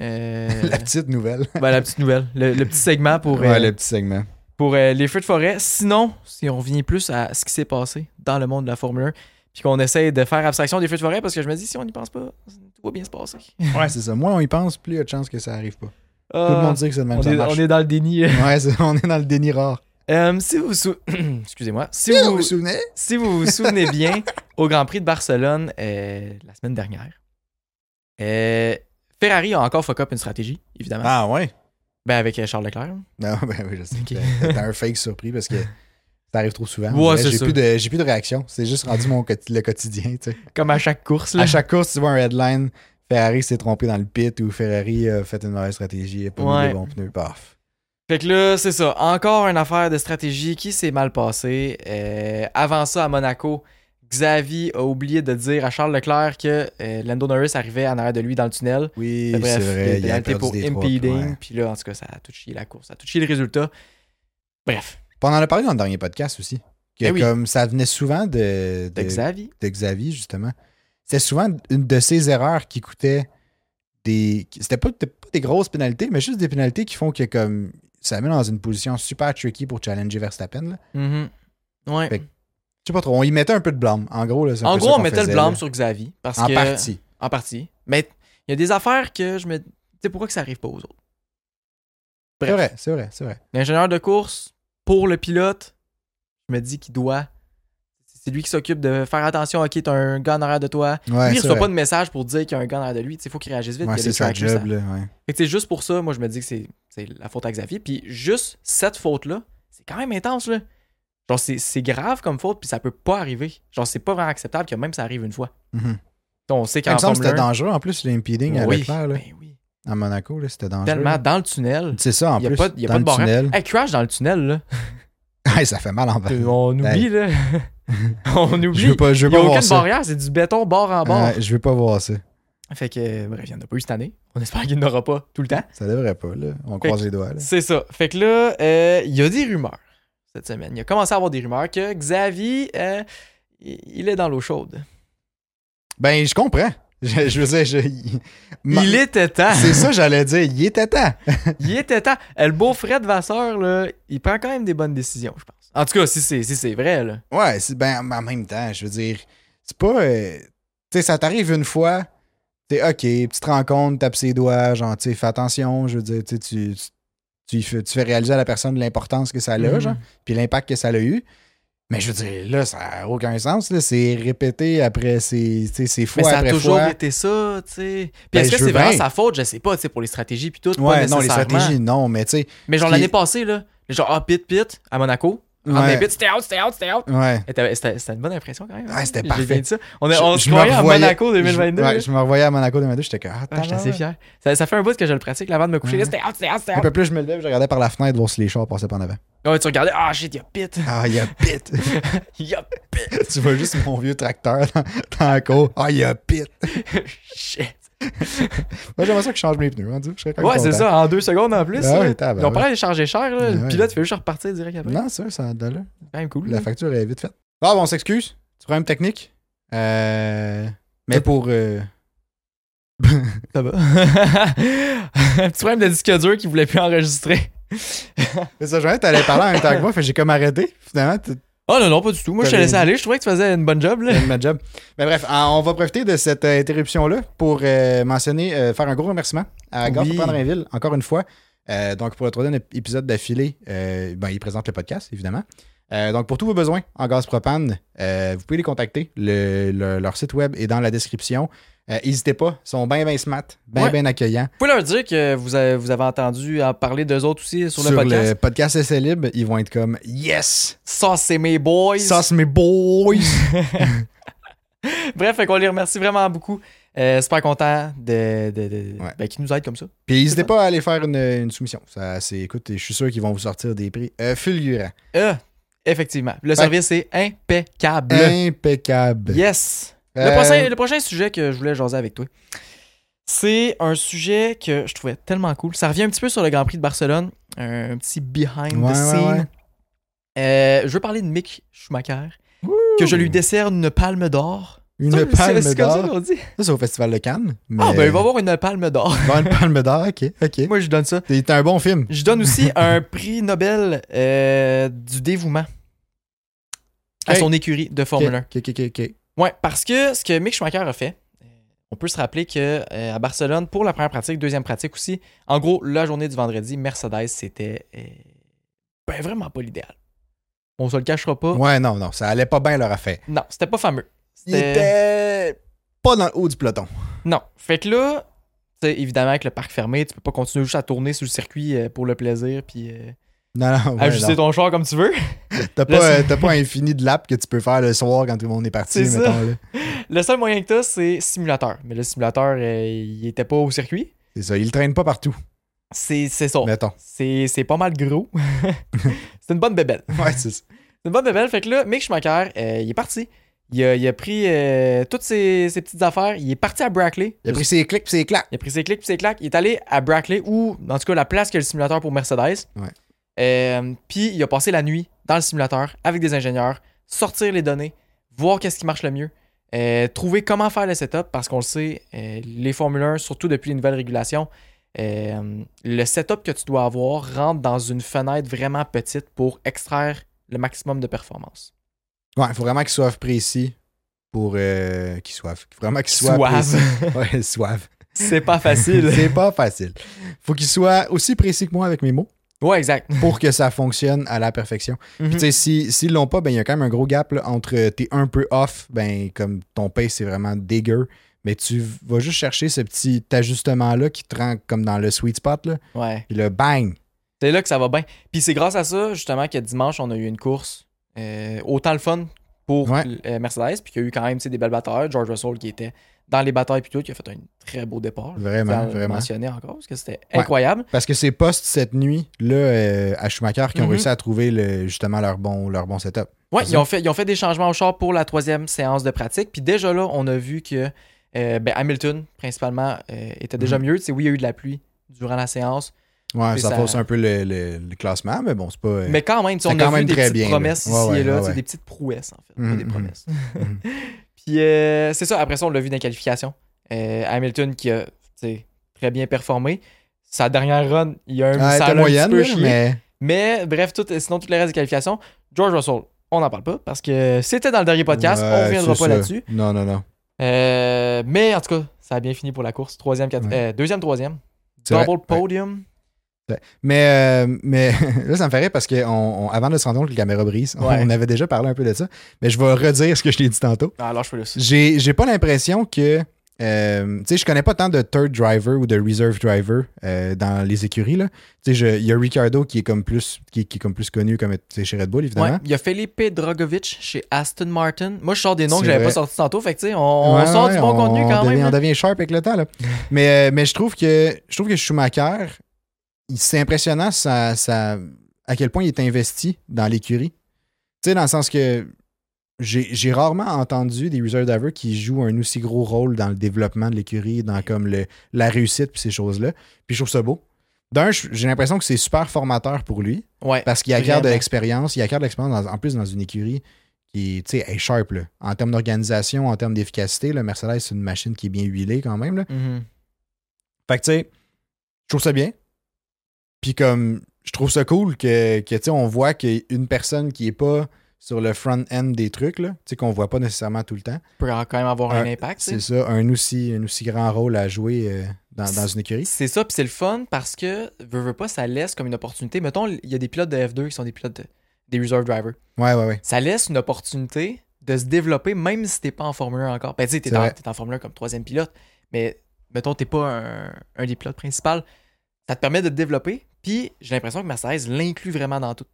[SPEAKER 1] Euh,
[SPEAKER 2] *laughs* La petite nouvelle.
[SPEAKER 1] ben, la petite nouvelle, le, le petit segment pour,
[SPEAKER 2] Ouais,
[SPEAKER 1] euh,
[SPEAKER 2] le petit segment.
[SPEAKER 1] pour euh, les feux de forêt. Sinon, si on revient plus à ce qui s'est passé dans le monde de la Formule 1, puis qu'on essaye de faire abstraction des feux de forêt, parce que je me dis, si on n'y pense pas, tout va bien se passer.
[SPEAKER 2] Ouais, c'est ça. Moins on y pense, plus il y a de chances que ça arrive pas. Tout
[SPEAKER 1] Ah,
[SPEAKER 2] le monde dit que c'est de même
[SPEAKER 1] on,
[SPEAKER 2] ça
[SPEAKER 1] est,
[SPEAKER 2] marche.
[SPEAKER 1] on est dans le déni.
[SPEAKER 2] Ouais, c'est- on est dans le déni rare.
[SPEAKER 1] Euh, si vous vous sou- *clears throat* Excusez-moi. Si
[SPEAKER 2] Vous
[SPEAKER 1] vous,
[SPEAKER 2] vous souvenez?
[SPEAKER 1] si vous vous souvenez bien, au Grand Prix de Barcelone euh, la semaine dernière, euh, Ferrari a encore fuck up une stratégie, évidemment.
[SPEAKER 2] Ah ouais.
[SPEAKER 1] Ben avec euh, Charles Leclerc. là.
[SPEAKER 2] Non, *laughs* ben oui, je sais.
[SPEAKER 1] Ok.
[SPEAKER 2] T'as- T'as un fake surpris parce que ça arrive trop souvent.
[SPEAKER 1] Ouais,
[SPEAKER 2] Là,
[SPEAKER 1] c'est
[SPEAKER 2] j'ai
[SPEAKER 1] ça.
[SPEAKER 2] plus de J'ai plus de réaction. C'est juste rendu mon quoti- le quotidien. tu sais.
[SPEAKER 1] Comme à chaque course. Là.
[SPEAKER 2] À chaque course, tu vois un headline Ferrari s'est trompé dans le pit ou Ferrari a fait une mauvaise stratégie, a pas mis
[SPEAKER 1] Ouais.
[SPEAKER 2] les bons pneus. Paf.
[SPEAKER 1] Fait que là, c'est ça. Encore une affaire de stratégie qui s'est mal passée. Euh, avant ça, à Monaco, Xavi a oublié de dire à Charles Leclerc que euh, Lando Norris arrivait en arrière de lui dans le tunnel.
[SPEAKER 2] Oui,
[SPEAKER 1] Fait bref, il y
[SPEAKER 2] c'est
[SPEAKER 1] a
[SPEAKER 2] vrai.
[SPEAKER 1] une
[SPEAKER 2] Il a
[SPEAKER 1] pénalité
[SPEAKER 2] perdu
[SPEAKER 1] pour
[SPEAKER 2] des trois
[SPEAKER 1] impeding.
[SPEAKER 2] points.
[SPEAKER 1] Puis là, en tout cas, ça a tout chié la course, ça a tout chié le résultat. Bref,
[SPEAKER 2] Puis On en a parlé dans le dernier podcast aussi. Que
[SPEAKER 1] Eh oui.
[SPEAKER 2] comme ça venait souvent de,
[SPEAKER 1] de
[SPEAKER 2] de,
[SPEAKER 1] Xavi.
[SPEAKER 2] de Xavier, justement, c'était souvent une de ces erreurs qui coûtait des. qui- C'était pas, c'était pas des grosses pénalités, mais juste des pénalités qui font que comme ça met dans une position super tricky pour challenger Verstappen. là.
[SPEAKER 1] Mhm. Ouais.
[SPEAKER 2] Fait que Je sais pas trop, on y mettait un peu de blâme. En gros, là, c'est un
[SPEAKER 1] En
[SPEAKER 2] peu
[SPEAKER 1] gros,
[SPEAKER 2] ça
[SPEAKER 1] on
[SPEAKER 2] qu'on
[SPEAKER 1] mettait
[SPEAKER 2] faisait,
[SPEAKER 1] le blâme
[SPEAKER 2] là.
[SPEAKER 1] sur Xavi. Parce
[SPEAKER 2] En
[SPEAKER 1] que,
[SPEAKER 2] partie.
[SPEAKER 1] En partie. Mais il y a des affaires que je me. Tu sais, pourquoi que ça arrive pas aux autres?
[SPEAKER 2] C'est
[SPEAKER 1] Bref.
[SPEAKER 2] vrai, c'est vrai, c'est vrai.
[SPEAKER 1] L'ingénieur de course, pour le pilote, je me dis qu'il doit. C'est lui qui s'occupe de faire attention, ok, t'as un gars en arrière de toi.
[SPEAKER 2] Ouais,
[SPEAKER 1] lui, il
[SPEAKER 2] c'est
[SPEAKER 1] reçoit
[SPEAKER 2] vrai.
[SPEAKER 1] pas de message pour dire qu'il y a un gars en arrière de lui. Tu sais, faut qu'il réagisse vite.
[SPEAKER 2] Ouais,
[SPEAKER 1] il y a
[SPEAKER 2] c'est
[SPEAKER 1] des
[SPEAKER 2] sa
[SPEAKER 1] trackers,
[SPEAKER 2] job,
[SPEAKER 1] ça-
[SPEAKER 2] là. ouais.
[SPEAKER 1] Fait que, tu sais, juste pour ça, moi, je me dis que c'est c'est la faute à Xavier. Puis juste cette faute-là, c'est quand même intense, là. Genre, c'est- c'est grave comme faute, puis ça peut pas arriver. Genre, c'est pas vraiment acceptable que même ça arrive une fois.
[SPEAKER 2] Mhm.
[SPEAKER 1] On sait
[SPEAKER 2] Il
[SPEAKER 1] qu'en
[SPEAKER 2] me semble que
[SPEAKER 1] Formule
[SPEAKER 2] c'était
[SPEAKER 1] 1,
[SPEAKER 2] dangereux en plus, l'impeding à
[SPEAKER 1] oui,
[SPEAKER 2] Leclerc, là,
[SPEAKER 1] ben oui.
[SPEAKER 2] à Monaco, là, c'était dangereux.
[SPEAKER 1] Tellement
[SPEAKER 2] là.
[SPEAKER 1] dans le tunnel.
[SPEAKER 2] C'est ça, en
[SPEAKER 1] Il n'y a
[SPEAKER 2] plus.
[SPEAKER 1] pas, il y a
[SPEAKER 2] dans
[SPEAKER 1] pas de
[SPEAKER 2] le
[SPEAKER 1] barrière.
[SPEAKER 2] tunnel. *laughs*
[SPEAKER 1] Hey, crash dans le tunnel, là.
[SPEAKER 2] Ouais, ça fait mal en bas.
[SPEAKER 1] Euh, On oublie, là. *laughs* On
[SPEAKER 2] Je
[SPEAKER 1] oublie.
[SPEAKER 2] veux pas, je
[SPEAKER 1] Il n'y
[SPEAKER 2] veux pas
[SPEAKER 1] a
[SPEAKER 2] voir
[SPEAKER 1] aucune
[SPEAKER 2] ça.
[SPEAKER 1] barrière, c'est du béton bord en bord.
[SPEAKER 2] Ouais, je veux pas voir ça.
[SPEAKER 1] Fait que, euh, bref, il n'y en a pas eu cette année. On espère qu'il n'y en aura pas tout le temps.
[SPEAKER 2] Ça devrait pas, là. On
[SPEAKER 1] Fait
[SPEAKER 2] croise
[SPEAKER 1] que-
[SPEAKER 2] les doigts, là.
[SPEAKER 1] C'est ça. Fait que là, euh, il y a des rumeurs cette semaine. Il a commencé à avoir des rumeurs que Xavier, euh, il il est dans l'eau chaude.
[SPEAKER 2] Ben, je comprends. *laughs* Je, je veux dire, je- il- ma-
[SPEAKER 1] Il était temps.
[SPEAKER 2] C'est ça, j'allais dire. Il était temps.
[SPEAKER 1] *laughs* Il était temps. Euh, Le beau Fred Vasseur, là, il prend quand même des bonnes décisions, je pense. En tout cas, si c'est si c'est vrai, là.
[SPEAKER 2] Ouais, c'est ben en même temps, je veux dire, c'est pas. euh, tu sais, ça t'arrive une fois, t'es OK, puis tu te rends compte, tapes ses doigts, genre, tu sais, fais attention, je veux dire, tu sais, tu, tu, tu y fais, tu fais réaliser à la personne l'importance que ça a,
[SPEAKER 1] Mhm.
[SPEAKER 2] genre, puis l'impact que ça a eu. Mais je veux dire, là, ça n'a aucun sens, là, c'est répété après, c'est, tu sais, c'est fois
[SPEAKER 1] Mais ça a
[SPEAKER 2] après
[SPEAKER 1] toujours
[SPEAKER 2] fois.
[SPEAKER 1] été ça, tu sais. Puis
[SPEAKER 2] Ben,
[SPEAKER 1] est-ce que
[SPEAKER 2] je
[SPEAKER 1] c'est
[SPEAKER 2] veux
[SPEAKER 1] vraiment
[SPEAKER 2] bien.
[SPEAKER 1] sa faute? Je sais pas, tu sais, pour les stratégies puis tout. pas
[SPEAKER 2] Ouais, non, les
[SPEAKER 1] nécessairement.
[SPEAKER 2] stratégies, non, mais tu sais,
[SPEAKER 1] Mais genre
[SPEAKER 2] Ce qui-
[SPEAKER 1] l'année passée, là, Genre, ah, pit, pit, à Monaco. Rendre
[SPEAKER 2] Ouais.
[SPEAKER 1] un pit, c'était out, c'était out, c'était out.
[SPEAKER 2] Ouais.
[SPEAKER 1] Et t'avais- C'était c'était une bonne impression quand même. hein.
[SPEAKER 2] Ouais, c'était
[SPEAKER 1] J'ai
[SPEAKER 2] parfait.
[SPEAKER 1] bien dit ça. On, a,
[SPEAKER 2] Je-
[SPEAKER 1] on se
[SPEAKER 2] je me
[SPEAKER 1] croyait à
[SPEAKER 2] revoyais-
[SPEAKER 1] Monaco
[SPEAKER 2] je-
[SPEAKER 1] 2022.
[SPEAKER 2] ouais, je me revoyais à Monaco 2022, j'étais comme, ah,
[SPEAKER 1] Ah, j'étais assez
[SPEAKER 2] tabarnak.
[SPEAKER 1] fier. Ça, ça fait un bout que je le pratique là, avant de me coucher.
[SPEAKER 2] Ouais.
[SPEAKER 1] C'était out, c'était out, c'était
[SPEAKER 2] Un
[SPEAKER 1] out.
[SPEAKER 2] peu plus, je me levais, je regardais par la fenêtre voir si les chars passaient par en avant.
[SPEAKER 1] Ouais, tu regardais, ah shit, y'a pit. *laughs*
[SPEAKER 2] Ah, il y a pit!
[SPEAKER 1] Y'a
[SPEAKER 2] *laughs* tu vois juste mon vieux tracteur dans, dans la cour. Ah, il y a pit!
[SPEAKER 1] shit.
[SPEAKER 2] Moi, j'aimerais ça que je change mes pneus, rendu. Je serais quand même
[SPEAKER 1] Ouais, c'est
[SPEAKER 2] content.
[SPEAKER 1] ça, en deux secondes en plus.
[SPEAKER 2] Ah
[SPEAKER 1] là.
[SPEAKER 2] ouais, tabarouette.
[SPEAKER 1] Ils ont pas chargé cher, là.
[SPEAKER 2] Ouais.
[SPEAKER 1] Puis là, tu fais juste repartir direct après.
[SPEAKER 2] Non, c'est sûr, ça a de l'allure.
[SPEAKER 1] C'est quand même cool.
[SPEAKER 2] La
[SPEAKER 1] là.
[SPEAKER 2] facture est vite faite. Ah, bon, on s'excuse. C'est problème technique. Euh, mais
[SPEAKER 1] Tout-
[SPEAKER 2] pour. euh,
[SPEAKER 1] Ça va. *laughs* Un petit problème de disque dur qui voulait plus enregistrer.
[SPEAKER 2] C'est ça, Joanne, t'allais parler en même temps que moi, fait que j'ai comme arrêté. Finalement, t'as-
[SPEAKER 1] Oh non, non, pas du tout. Moi, je te
[SPEAKER 2] T'avais-
[SPEAKER 1] laissais aller. Je trouvais que tu faisais une bonne job, là.
[SPEAKER 2] t'as eu ma job. Mais bref, en- on va profiter de cette euh, interruption-là pour euh, mentionner, euh, faire un gros remerciement à Gare
[SPEAKER 1] Oui.
[SPEAKER 2] pour prendre ville, encore une fois. Euh, donc, pour le troisième ép- épisode d'affilée, euh, ben, il présente le podcast, évidemment. Euh, donc, pour tous vos besoins en gaz propane, euh, vous pouvez les contacter. Le- le- leur site web est dans la description. Euh, N'hésitez pas, ils sont bien, bien smart, bien,
[SPEAKER 1] Ouais.
[SPEAKER 2] bien accueillants.
[SPEAKER 1] Vous pouvez leur dire que vous avez, vous avez entendu en parler d'eux autres aussi sur, le podcast.
[SPEAKER 2] Essai Libre, ils vont être comme Yes!
[SPEAKER 1] Ça, c'est mes boys.
[SPEAKER 2] Ça, c'est mes boys!
[SPEAKER 1] Bref, fait qu'on les remercie vraiment beaucoup. Euh, super content de, de, de-
[SPEAKER 2] Ouais.
[SPEAKER 1] ben, qu'ils nous aident comme ça.
[SPEAKER 2] Puis n'hésitez pas à aller faire une, une soumission. Ça, c'est, écoute, je suis sûr qu'ils vont vous sortir des prix euh, fulgurants.
[SPEAKER 1] Euh, effectivement. Le service est impeccable.
[SPEAKER 2] Impeccable.
[SPEAKER 1] Yes. Le,
[SPEAKER 2] Euh,
[SPEAKER 1] prochain, le prochain sujet que je voulais jaser avec toi, c'est un sujet que je trouvais tellement cool. Ça revient un petit peu sur le Grand Prix de Barcelone, un petit behind
[SPEAKER 2] Ouais, ouais,
[SPEAKER 1] the scene.
[SPEAKER 2] ouais.
[SPEAKER 1] Euh, je veux parler de Mick Schumacher, que je lui décerne une palme d'or. Ah,
[SPEAKER 2] Une
[SPEAKER 1] *laughs* C'est-
[SPEAKER 2] palme
[SPEAKER 1] C'est comme ça
[SPEAKER 2] d'or.
[SPEAKER 1] qu'on dit.
[SPEAKER 2] Ça, c'est au Festival de Cannes. mais-
[SPEAKER 1] Ah, ben il va avoir une palme d'or.
[SPEAKER 2] Bon, *laughs* une palme d'or, ok, ok.
[SPEAKER 1] Moi, je donne ça.
[SPEAKER 2] T'es t'es un bon film.
[SPEAKER 1] Je donne
[SPEAKER 2] *laughs*
[SPEAKER 1] aussi un prix Nobel euh, du dévouement à
[SPEAKER 2] Ok.
[SPEAKER 1] son écurie de
[SPEAKER 2] Ok,
[SPEAKER 1] Formule 1.
[SPEAKER 2] ok, ok, ok.
[SPEAKER 1] Ouais, parce que ce que Mick Schumacher a fait, euh, on peut se rappeler que euh, à Barcelone, pour la première pratique, deuxième pratique aussi, en gros, la journée du vendredi, Mercedes, c'était euh, ben vraiment pas l'idéal. On se le cachera pas.
[SPEAKER 2] Ouais, non, non, ça allait pas bien leur affaire.
[SPEAKER 1] Non, c'était pas fameux.
[SPEAKER 2] Ils étaient pas dans le haut du peloton.
[SPEAKER 1] Non. Fait que là, tu sais, évidemment, avec le parc fermé, tu peux pas continuer juste à tourner sur le circuit euh, pour le plaisir puis euh,
[SPEAKER 2] Non, non, ouais,
[SPEAKER 1] ajuster
[SPEAKER 2] non.
[SPEAKER 1] ton char comme tu veux. *laughs*
[SPEAKER 2] T'as
[SPEAKER 1] Là,
[SPEAKER 2] pas,
[SPEAKER 1] c'est-
[SPEAKER 2] euh, t'as pas infini de laps que tu peux faire le soir quand tout le monde est parti,
[SPEAKER 1] C'est ça.
[SPEAKER 2] mettons. là.
[SPEAKER 1] Le seul moyen que t'as, c'est simulateur. Mais le simulateur, euh, il était pas au circuit.
[SPEAKER 2] C'est ça, ils le traînent pas partout,
[SPEAKER 1] C'est c'est ça.
[SPEAKER 2] mettons.
[SPEAKER 1] C'est c'est pas mal gros. *laughs* c'est une bonne bébelle.
[SPEAKER 2] Ouais, c'est ça.
[SPEAKER 1] C'est une bonne bébelle. Fait que là, Mick Schumacher, euh, il est parti. Il a, il a pris euh, toutes ses, ses petites affaires. Il est parti à Brackley.
[SPEAKER 2] Il a pris ses clics pis ses claques.
[SPEAKER 1] Il a pris ses clics puis ses claques. Il est allé à Brackley, ou en tout cas la place qui a le simulateur pour Mercedes.
[SPEAKER 2] Ouais.
[SPEAKER 1] Euh, puis il a passé la nuit dans le simulateur avec des ingénieurs, sortir les données, voir qu'est-ce qui marche le mieux, euh, trouver comment faire le setup, parce qu'on le sait, euh, les Formule 1, surtout depuis les nouvelles régulations, euh, le setup que tu dois avoir rentre dans une fenêtre vraiment petite pour extraire le maximum de
[SPEAKER 2] *laughs*
[SPEAKER 1] performance.
[SPEAKER 2] Ouais, il faut vraiment qu'ils soient précis pour euh, qu'ils soient. faut Vraiment qu'ils soient.
[SPEAKER 1] Suave.
[SPEAKER 2] précis. *laughs* Ouais, suave.
[SPEAKER 1] C'est pas facile.
[SPEAKER 2] C'est pas facile. Faut qu'ils soient aussi précis que moi avec mes mots
[SPEAKER 1] ouais,
[SPEAKER 2] *laughs*
[SPEAKER 1] exact.
[SPEAKER 2] pour que ça fonctionne à la perfection. Puis,
[SPEAKER 1] Mhm.
[SPEAKER 2] tu sais, si- s'ils l'ont pas, ben, il y a quand même un gros gap là, entre euh, t'es un peu off, ben, comme ton pace c'est vraiment dégueu, mais tu vas juste chercher ce petit ajustement-là qui te rend comme dans le sweet spot, là.
[SPEAKER 1] Ouais.
[SPEAKER 2] Puis le bang!
[SPEAKER 1] C'est là que ça va bien. Puis c'est grâce à ça, justement, que dimanche, on a eu une course euh, autant le fun pour
[SPEAKER 2] Ouais.
[SPEAKER 1] l- euh, Mercedes, puis qu'il y a eu quand même tu sais, des belles batailles. George Russell qui était dans les batailles, puis tout, qui a fait un très beau départ. là.
[SPEAKER 2] Vraiment,
[SPEAKER 1] Faut le
[SPEAKER 2] vraiment.
[SPEAKER 1] mentionner encore, parce que c'était
[SPEAKER 2] Ouais.
[SPEAKER 1] incroyable.
[SPEAKER 2] Parce que c'est post cette nuit-là euh, à Schumacher qui ont
[SPEAKER 1] Mhm.
[SPEAKER 2] réussi à trouver le- justement leur bon, leur bon setup.
[SPEAKER 1] Ouais,
[SPEAKER 2] C'est
[SPEAKER 1] ils ont, fait, ils ont fait des changements au char pour la troisième séance de pratique. Puis déjà là, on a vu que euh, ben, Hamilton, principalement, euh, était déjà
[SPEAKER 2] Mhm.
[SPEAKER 1] mieux. Tu sais, oui, il y a eu de la pluie durant la séance,
[SPEAKER 2] Ouais,
[SPEAKER 1] Puis
[SPEAKER 2] ça,
[SPEAKER 1] ça-
[SPEAKER 2] force un peu le, le- le classement, mais bon, c'est pas. euh,
[SPEAKER 1] mais quand même, tu sais,
[SPEAKER 2] C'est
[SPEAKER 1] on
[SPEAKER 2] quand
[SPEAKER 1] a vu
[SPEAKER 2] même
[SPEAKER 1] des
[SPEAKER 2] très
[SPEAKER 1] petites
[SPEAKER 2] bien, là.
[SPEAKER 1] promesses
[SPEAKER 2] Ouais,
[SPEAKER 1] ici
[SPEAKER 2] ouais,
[SPEAKER 1] et là,
[SPEAKER 2] ouais,
[SPEAKER 1] tu sais,
[SPEAKER 2] ouais.
[SPEAKER 1] des petites prouesses, en fait, pas
[SPEAKER 2] Mhm,
[SPEAKER 1] des
[SPEAKER 2] mhm.
[SPEAKER 1] promesses.
[SPEAKER 2] Mhm.
[SPEAKER 1] *laughs* Puis euh, c'est ça, après ça, on l'a vu dans les qualifications. Euh, Hamilton qui a tu sais, très bien performé. Sa dernière run, il a un,
[SPEAKER 2] ah, elle
[SPEAKER 1] ça
[SPEAKER 2] était
[SPEAKER 1] l'a un petit
[SPEAKER 2] moyenne,
[SPEAKER 1] peu
[SPEAKER 2] là,
[SPEAKER 1] chié. mais...
[SPEAKER 2] mais.
[SPEAKER 1] bref, tout, sinon, tout le reste des qualifications, George Russell, on n'en parle pas parce que c'était dans le dernier podcast,
[SPEAKER 2] Ouais,
[SPEAKER 1] on reviendra
[SPEAKER 2] c'est
[SPEAKER 1] pas
[SPEAKER 2] ça.
[SPEAKER 1] là-dessus.
[SPEAKER 2] Non, non, non.
[SPEAKER 1] Euh, mais en tout cas, ça a bien fini pour la course. Troisième, quatri-
[SPEAKER 2] Ouais.
[SPEAKER 1] euh, deuxième, troisième.
[SPEAKER 2] C'est vrai.
[SPEAKER 1] Double podium.
[SPEAKER 2] Mais, euh, mais *laughs* là, ça me fait rire parce que on- on- avant de se rendre compte que la caméra brise, on-
[SPEAKER 1] Ouais.
[SPEAKER 2] on avait
[SPEAKER 1] Ah,
[SPEAKER 2] déjà parlé un peu de ça. Mais je vais redire ce que je t'ai dit tantôt.
[SPEAKER 1] Alors, je fais le
[SPEAKER 2] J'ai j'ai pas l'impression que Euh, tu sais, je connais pas tant de third driver ou de reserve driver euh, dans les écuries. là. Tu sais, je- il y a Ricardo qui est comme plus, qui, qui est comme plus connu comme, tu sais, chez Red Bull, évidemment.
[SPEAKER 1] Ouais, il y a Felipe Drogovic chez Aston Martin. Moi, je sors des noms que
[SPEAKER 2] C'est
[SPEAKER 1] j'avais pas
[SPEAKER 2] vrai.
[SPEAKER 1] sortis tantôt, fait que tu sais, on, on
[SPEAKER 2] Ouais,
[SPEAKER 1] sort
[SPEAKER 2] ouais,
[SPEAKER 1] du bon
[SPEAKER 2] on
[SPEAKER 1] contenu quand
[SPEAKER 2] devient-
[SPEAKER 1] même. là.
[SPEAKER 2] On devient sharp avec le temps. Là. mais, euh, mais je trouve que je trouve que Schumacher, il- c'est impressionnant ça, ça- à quel point il est investi dans l'écurie. Tu sais, dans le sens que j'ai j'ai rarement entendu des reserve divers qui jouent un aussi gros rôle dans le développement de l'écurie, dans comme le, la réussite puis ces choses-là. Puis je trouve ça beau. D'un, je- j'ai l'impression que c'est super formateur pour lui.
[SPEAKER 1] Ouais.
[SPEAKER 2] Parce qu'il acquiert de
[SPEAKER 1] Vraiment.
[SPEAKER 2] l'expérience. Il acquiert de l'expérience dans- en plus dans une écurie qui tu sais, est sharp. là. En termes d'organisation, en termes d'efficacité, le Mercedes, c'est une machine qui est bien huilée quand même. là.
[SPEAKER 1] Mhm.
[SPEAKER 2] Fait que tu sais, je trouve ça bien. Puis comme je trouve ça cool que, que tu sais, on voit qu'une personne qui est pas sur le front-end des trucs, là, tu sais, qu'on voit pas nécessairement tout le temps,
[SPEAKER 1] Peut quand même avoir un
[SPEAKER 2] Ouais,
[SPEAKER 1] impact. tu sais.
[SPEAKER 2] c'est ça, un aussi, un aussi grand rôle à jouer euh, dans, dans une écurie.
[SPEAKER 1] C'est ça, puis c'est le fun parce que, veux, veux pas, ça laisse comme une opportunité. Mettons, il y a des pilotes de F2 qui sont des pilotes de- des reserve drivers.
[SPEAKER 2] Ouais, ouais, ouais.
[SPEAKER 1] Ça laisse une opportunité de se développer même si t'es pas en Formule 1 encore. Ben, tu sais, t'es
[SPEAKER 2] C'est
[SPEAKER 1] en,
[SPEAKER 2] vrai.
[SPEAKER 1] t'es en Formule 1 comme troisième pilote, mais mettons, t'es pas un, un des pilotes principaux. Ça te permet de te développer, puis j'ai l'impression que Mercedes l'inclut vraiment dans tout.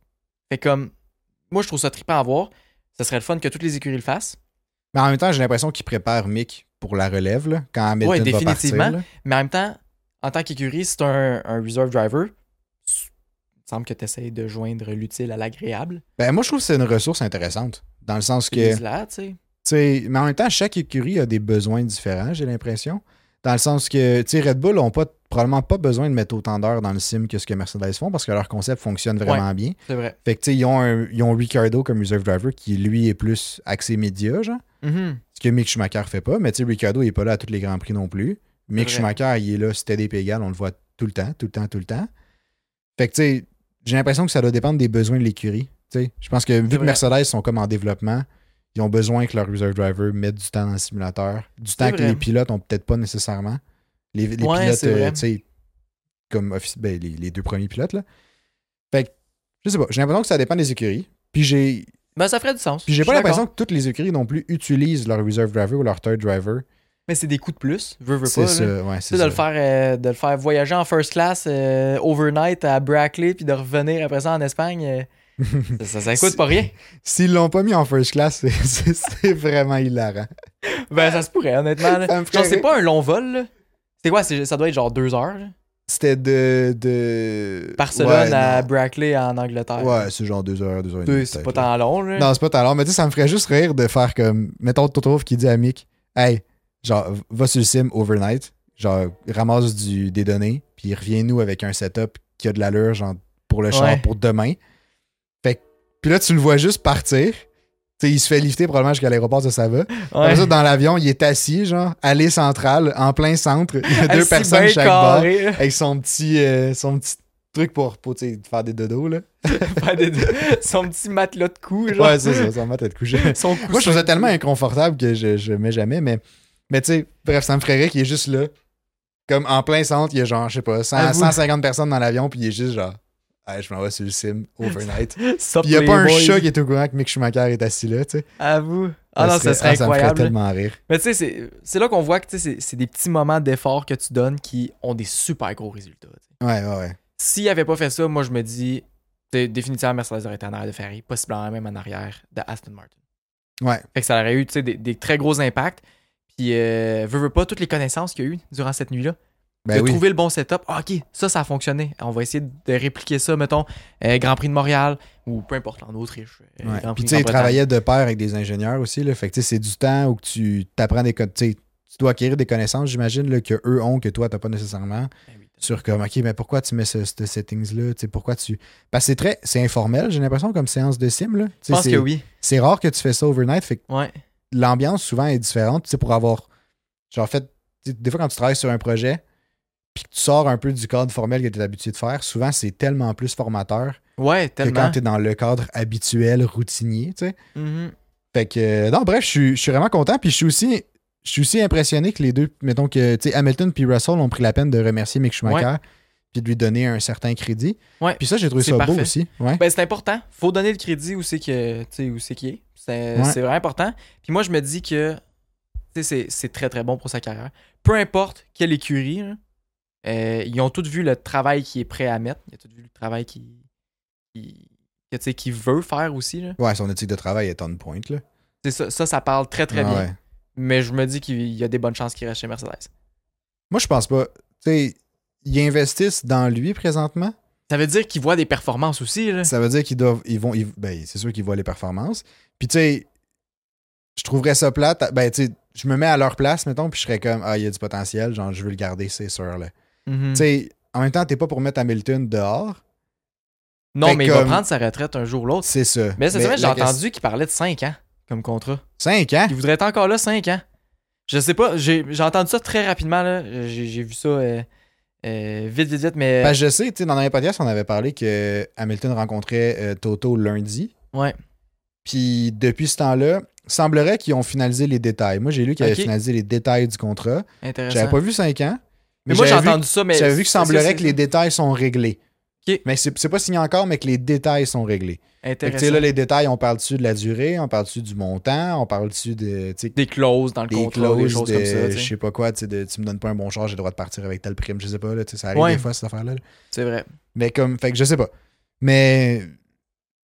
[SPEAKER 1] Fait comme, moi, je trouve ça trippant à voir. Ce serait le fun que toutes les écuries le fassent.
[SPEAKER 2] Mais en même temps, j'ai l'impression qu'il prépare Mick pour la relève là, quand Hamilton
[SPEAKER 1] Ouais,
[SPEAKER 2] va partir,
[SPEAKER 1] définitivement.
[SPEAKER 2] là.
[SPEAKER 1] Mais en même temps, en tant qu'écurie, si t'as un, un reserve driver, s- il semble que t'essayes de joindre l'utile à l'agréable.
[SPEAKER 2] Ben, moi, je trouve que c'est une ressource intéressante. Dans le sens que.
[SPEAKER 1] que...
[SPEAKER 2] tu sais, Mais en même temps, chaque écurie a des besoins différents, j'ai l'impression. Dans le sens que, tu sais, Red Bull n'ont pas, probablement pas besoin de mettre autant d'heures dans le sim que ce que Mercedes font parce que leur concept fonctionne vraiment bien.
[SPEAKER 1] C'est vrai.
[SPEAKER 2] Fait que, tu sais, ils ont, un- ils ont Ricardo comme reserve driver qui, lui, est plus axé média, genre.
[SPEAKER 1] Mhm.
[SPEAKER 2] Ce que Mick Schumacher fait pas. Mais, tu sais, Ricardo n'est pas là à tous les grands prix non plus. Mick
[SPEAKER 1] C'est vrai.
[SPEAKER 2] Schumacher, il est là, c'était des pégales, on le voit tout le temps, tout le temps, tout le temps. Fait que, tu sais, j'ai l'impression que ça doit dépendre des besoins de l'écurie. Tu sais, je pense que vu que
[SPEAKER 1] vrai.
[SPEAKER 2] Mercedes sont comme en développement, ils ont besoin que leur reserve driver mette du temps dans le simulateur, du temps que
[SPEAKER 1] vrai.
[SPEAKER 2] les pilotes ont peut-être pas nécessairement. Les, les
[SPEAKER 1] Ouais,
[SPEAKER 2] pilotes,
[SPEAKER 1] c'est
[SPEAKER 2] euh,
[SPEAKER 1] vrai.
[SPEAKER 2] tu sais, comme offici- ben, les, les deux premiers pilotes, là. Fait que, je sais pas, j'ai l'impression que ça dépend des écuries. Puis j'ai
[SPEAKER 1] Ben, ça ferait du sens.
[SPEAKER 2] puis j'ai
[SPEAKER 1] Je
[SPEAKER 2] pas
[SPEAKER 1] suis
[SPEAKER 2] l'impression
[SPEAKER 1] d'accord.
[SPEAKER 2] que toutes les écuries non plus utilisent leur reserve driver ou leur third driver.
[SPEAKER 1] Mais c'est des coups de plus. Veux, veux
[SPEAKER 2] C'est
[SPEAKER 1] pas.
[SPEAKER 2] ça,
[SPEAKER 1] là.
[SPEAKER 2] ouais,
[SPEAKER 1] Tu
[SPEAKER 2] c'est
[SPEAKER 1] sais, de
[SPEAKER 2] ça.
[SPEAKER 1] le, faire, euh, de le faire voyager en first class euh, overnight à Brackley puis de revenir après ça en Espagne, euh,
[SPEAKER 2] *laughs*
[SPEAKER 1] ça, ça, ça coûte pas rien.
[SPEAKER 2] S'ils l'ont pas mis en first class, *laughs* c'est- c'est c'est vraiment hilarant.
[SPEAKER 1] Ben, ça se pourrait, honnêtement. là.
[SPEAKER 2] Ça me ferait
[SPEAKER 1] Genre, c'est
[SPEAKER 2] rire.
[SPEAKER 1] pas un long vol. là. C'est quoi c'est- Ça doit être genre deux heures. là.
[SPEAKER 2] C'était de, de.
[SPEAKER 1] Barcelone
[SPEAKER 2] Ouais,
[SPEAKER 1] à
[SPEAKER 2] non.
[SPEAKER 1] Brackley en Angleterre.
[SPEAKER 2] Ouais, c'est genre deux heures, deux heures et
[SPEAKER 1] Deux,
[SPEAKER 2] demie.
[SPEAKER 1] c'est pas
[SPEAKER 2] peut-être.
[SPEAKER 1] tant long. là.
[SPEAKER 2] Non, c'est pas tant long, mais tu sais, ça me ferait juste rire de faire comme. Mettons Totorof qui dit à Mick Hey, genre, va sur le sim overnight, genre, ramasse du, des données, puis reviens-nous avec un setup qui a de l'allure, genre, pour le
[SPEAKER 1] Ouais.
[SPEAKER 2] char pour demain. Fait que- puis là, tu le vois juste partir. Tu sais, il se fait lifter probablement jusqu'à l'aéroport de Sava.
[SPEAKER 1] Ouais.
[SPEAKER 2] Après ça, dans l'avion, il est assis, genre, allée centrale, en plein centre. Il y a deux
[SPEAKER 1] Assis
[SPEAKER 2] personnes
[SPEAKER 1] bien
[SPEAKER 2] chaque bord.
[SPEAKER 1] carré, là.
[SPEAKER 2] Avec son petit, euh, son petit truc pour, pour tu sais, faire des dodos, là.
[SPEAKER 1] *laughs* Faire des- son petit matelas de cou. Genre.
[SPEAKER 2] Ouais, c'est ça, ça m'a tête couché.
[SPEAKER 1] *laughs* Son
[SPEAKER 2] Moi, je
[SPEAKER 1] coussin.
[SPEAKER 2] trouve ça tellement inconfortable que je, je mets jamais, mais, mais tu sais, bref, ça me ferait rire qu'il est juste là. Comme en plein centre, il y a genre, je sais pas, 100,
[SPEAKER 1] Avoue.
[SPEAKER 2] 150 personnes dans l'avion, puis il est juste genre, hey, je m'en vais sur le sim
[SPEAKER 1] *laughs*
[SPEAKER 2] overnight. puis
[SPEAKER 1] Sup,
[SPEAKER 2] il y a
[SPEAKER 1] les
[SPEAKER 2] pas un
[SPEAKER 1] boys.
[SPEAKER 2] chat qui est au courant que Mick Schumacher est assis là, tu sais.
[SPEAKER 1] À vous. Ah non, ce serait
[SPEAKER 2] ah, Ça me ferait
[SPEAKER 1] incroyable.
[SPEAKER 2] tellement rire.
[SPEAKER 1] Mais tu sais, c'est- c'est là qu'on voit que tu sais, c'est c'est des petits moments d'effort que tu donnes qui ont des super gros résultats. tu sais.
[SPEAKER 2] Ouais, ouais, ouais.
[SPEAKER 1] S'il avait pas fait ça, moi je me dis, tu sais, définitivement Mercedes aurait été en arrière de Ferrari, possiblement même en arrière de Aston Martin.
[SPEAKER 2] Ouais.
[SPEAKER 1] Fait que ça aurait eu tu sais, des, des très gros impacts. Puis, euh, veux, veux pas, toutes les connaissances qu'il y a eu durant cette nuit-là,
[SPEAKER 2] Ben
[SPEAKER 1] de
[SPEAKER 2] oui.
[SPEAKER 1] trouver le bon setup. Ah, ok, ça, ça a fonctionné. On va essayer de répliquer ça, mettons, euh, Grand Prix de Montréal ou peu importe, en Autriche. euh,
[SPEAKER 2] Ouais.
[SPEAKER 1] Grand Prix
[SPEAKER 2] Puis tu sais, il
[SPEAKER 1] Grande-Bretagne.
[SPEAKER 2] travaillait de pair avec des ingénieurs aussi, là. Fait que tu sais, c'est du temps où que tu t'apprends des. co- Tu sais, tu dois acquérir des connaissances, j'imagine, là, que eux ont, que toi, t'as pas nécessairement.
[SPEAKER 1] Ben oui.
[SPEAKER 2] sur comme OK, mais pourquoi tu mets ce, ce settings-là? Tu sais, Pourquoi tu. Parce que c'est très. C'est informel, j'ai l'impression, comme séance de sim. Là. Tu
[SPEAKER 1] Je
[SPEAKER 2] sais,
[SPEAKER 1] pense
[SPEAKER 2] c'est-
[SPEAKER 1] que oui.
[SPEAKER 2] C'est rare que tu fais ça overnight. Fait que
[SPEAKER 1] Ouais.
[SPEAKER 2] l'ambiance souvent est différente. Tu sais, pour avoir. Genre fait. tu sais, Des fois, quand tu travailles sur un projet, puis que tu sors un peu du cadre formel que tu es habitué de faire, souvent c'est tellement plus formateur
[SPEAKER 1] Ouais,
[SPEAKER 2] que quand
[SPEAKER 1] tellement.
[SPEAKER 2] tu es dans le cadre habituel, routinier. tu sais.
[SPEAKER 1] Mhm.
[SPEAKER 2] Fait que, euh, non, bref, je suis, je suis vraiment content. Puis je suis aussi, je suis aussi impressionné que les deux, mettons que, tu sais, Hamilton puis Russell ont pris la peine de remercier Mick Schumacher. Puis de lui donner un certain crédit.
[SPEAKER 1] Ouais.
[SPEAKER 2] Puis ça, j'ai trouvé
[SPEAKER 1] C'est
[SPEAKER 2] ça beau
[SPEAKER 1] parfait.
[SPEAKER 2] aussi. Ouais.
[SPEAKER 1] Ben, c'est important. Faut donner le crédit où c'est que tu sais, où c'est qu'il est. C'est
[SPEAKER 2] Ouais.
[SPEAKER 1] c'est vraiment important. Puis moi, je me dis que Tu sais, c'est- c'est très très bon pour sa carrière. Peu importe quelle écurie, là, euh, ils ont tous vu le travail qu'il est prêt à mettre. Ils ont tous vu le travail qu'il qu'il- que, tu sais, qu'il veut faire aussi. là.
[SPEAKER 2] Ouais, son éthique de travail est on point, là.
[SPEAKER 1] C'est Ça, ça, ça parle très très
[SPEAKER 2] Ah
[SPEAKER 1] bien.
[SPEAKER 2] ouais.
[SPEAKER 1] Mais je me dis qu'il y a des bonnes chances qu'il reste chez Mercedes.
[SPEAKER 2] Moi, je pense pas. Tu sais, ils investissent dans lui présentement.
[SPEAKER 1] Ça veut dire qu'il voit des performances aussi. Là.
[SPEAKER 2] Ça veut dire qu'ils doivent. Ils vont. ils- ben, c'est sûr qu'ils voient les performances. Puis, tu sais, je trouverais ça plate. Ben, tu sais, je me mets à leur place, mettons, puis je serais comme, ah, il y a du potentiel, genre, je veux le garder, c'est sûr, là.
[SPEAKER 1] Mhm.
[SPEAKER 2] Tu sais, en même temps, t'es pas pour mettre Hamilton dehors.
[SPEAKER 1] Non,
[SPEAKER 2] fait
[SPEAKER 1] mais il va
[SPEAKER 2] comme-
[SPEAKER 1] prendre sa retraite un jour ou l'autre.
[SPEAKER 2] C'est ça.
[SPEAKER 1] Mais cette semaine, j'ai
[SPEAKER 2] la
[SPEAKER 1] entendu qu'il parlait de 5 ans comme contrat.
[SPEAKER 2] 5 ans?
[SPEAKER 1] Il voudrait être encore là 5 ans. Je sais pas, j'ai j'ai entendu ça très rapidement. là. J'ai j'ai vu ça euh, euh, vite, vite, vite, mais.
[SPEAKER 2] Ben, je sais, tu sais, dans un podcast, on avait parlé que Hamilton rencontrait euh, Toto lundi.
[SPEAKER 1] Ouais.
[SPEAKER 2] Puis depuis ce temps-là, semblerait qu'ils ont finalisé les détails. Moi, j'ai lu qu'ils avaient
[SPEAKER 1] Ok.
[SPEAKER 2] finalisé les détails du contrat.
[SPEAKER 1] Intéressant.
[SPEAKER 2] J'avais pas vu 5 ans.
[SPEAKER 1] mais moi, j'ai
[SPEAKER 2] j'avais vu-
[SPEAKER 1] entendu ça, mais.
[SPEAKER 2] J'avais vu que
[SPEAKER 1] est-ce
[SPEAKER 2] semblerait
[SPEAKER 1] c'est-
[SPEAKER 2] que les détails sont réglés.
[SPEAKER 1] Ok.
[SPEAKER 2] Mais c'est c'est pas signé encore, mais que les détails sont réglés. Fait que, tu sais,
[SPEAKER 1] Intéressant.
[SPEAKER 2] là, les détails, on parle dessus de la durée, on parle dessus du montant, on parle dessus de, tu sais,
[SPEAKER 1] Des clauses dans le
[SPEAKER 2] des
[SPEAKER 1] contrat,
[SPEAKER 2] clauses,
[SPEAKER 1] des choses
[SPEAKER 2] de-
[SPEAKER 1] comme ça. tu
[SPEAKER 2] je
[SPEAKER 1] sais.
[SPEAKER 2] sais pas quoi, tu sais, de, tu me donnes pas un bon char, j'ai le droit de partir avec telle prime, je sais pas, là, tu sais, ça arrive
[SPEAKER 1] Ouais.
[SPEAKER 2] des fois, cette affaire-là.
[SPEAKER 1] C'est vrai.
[SPEAKER 2] Mais comme, fait que je sais pas. Mais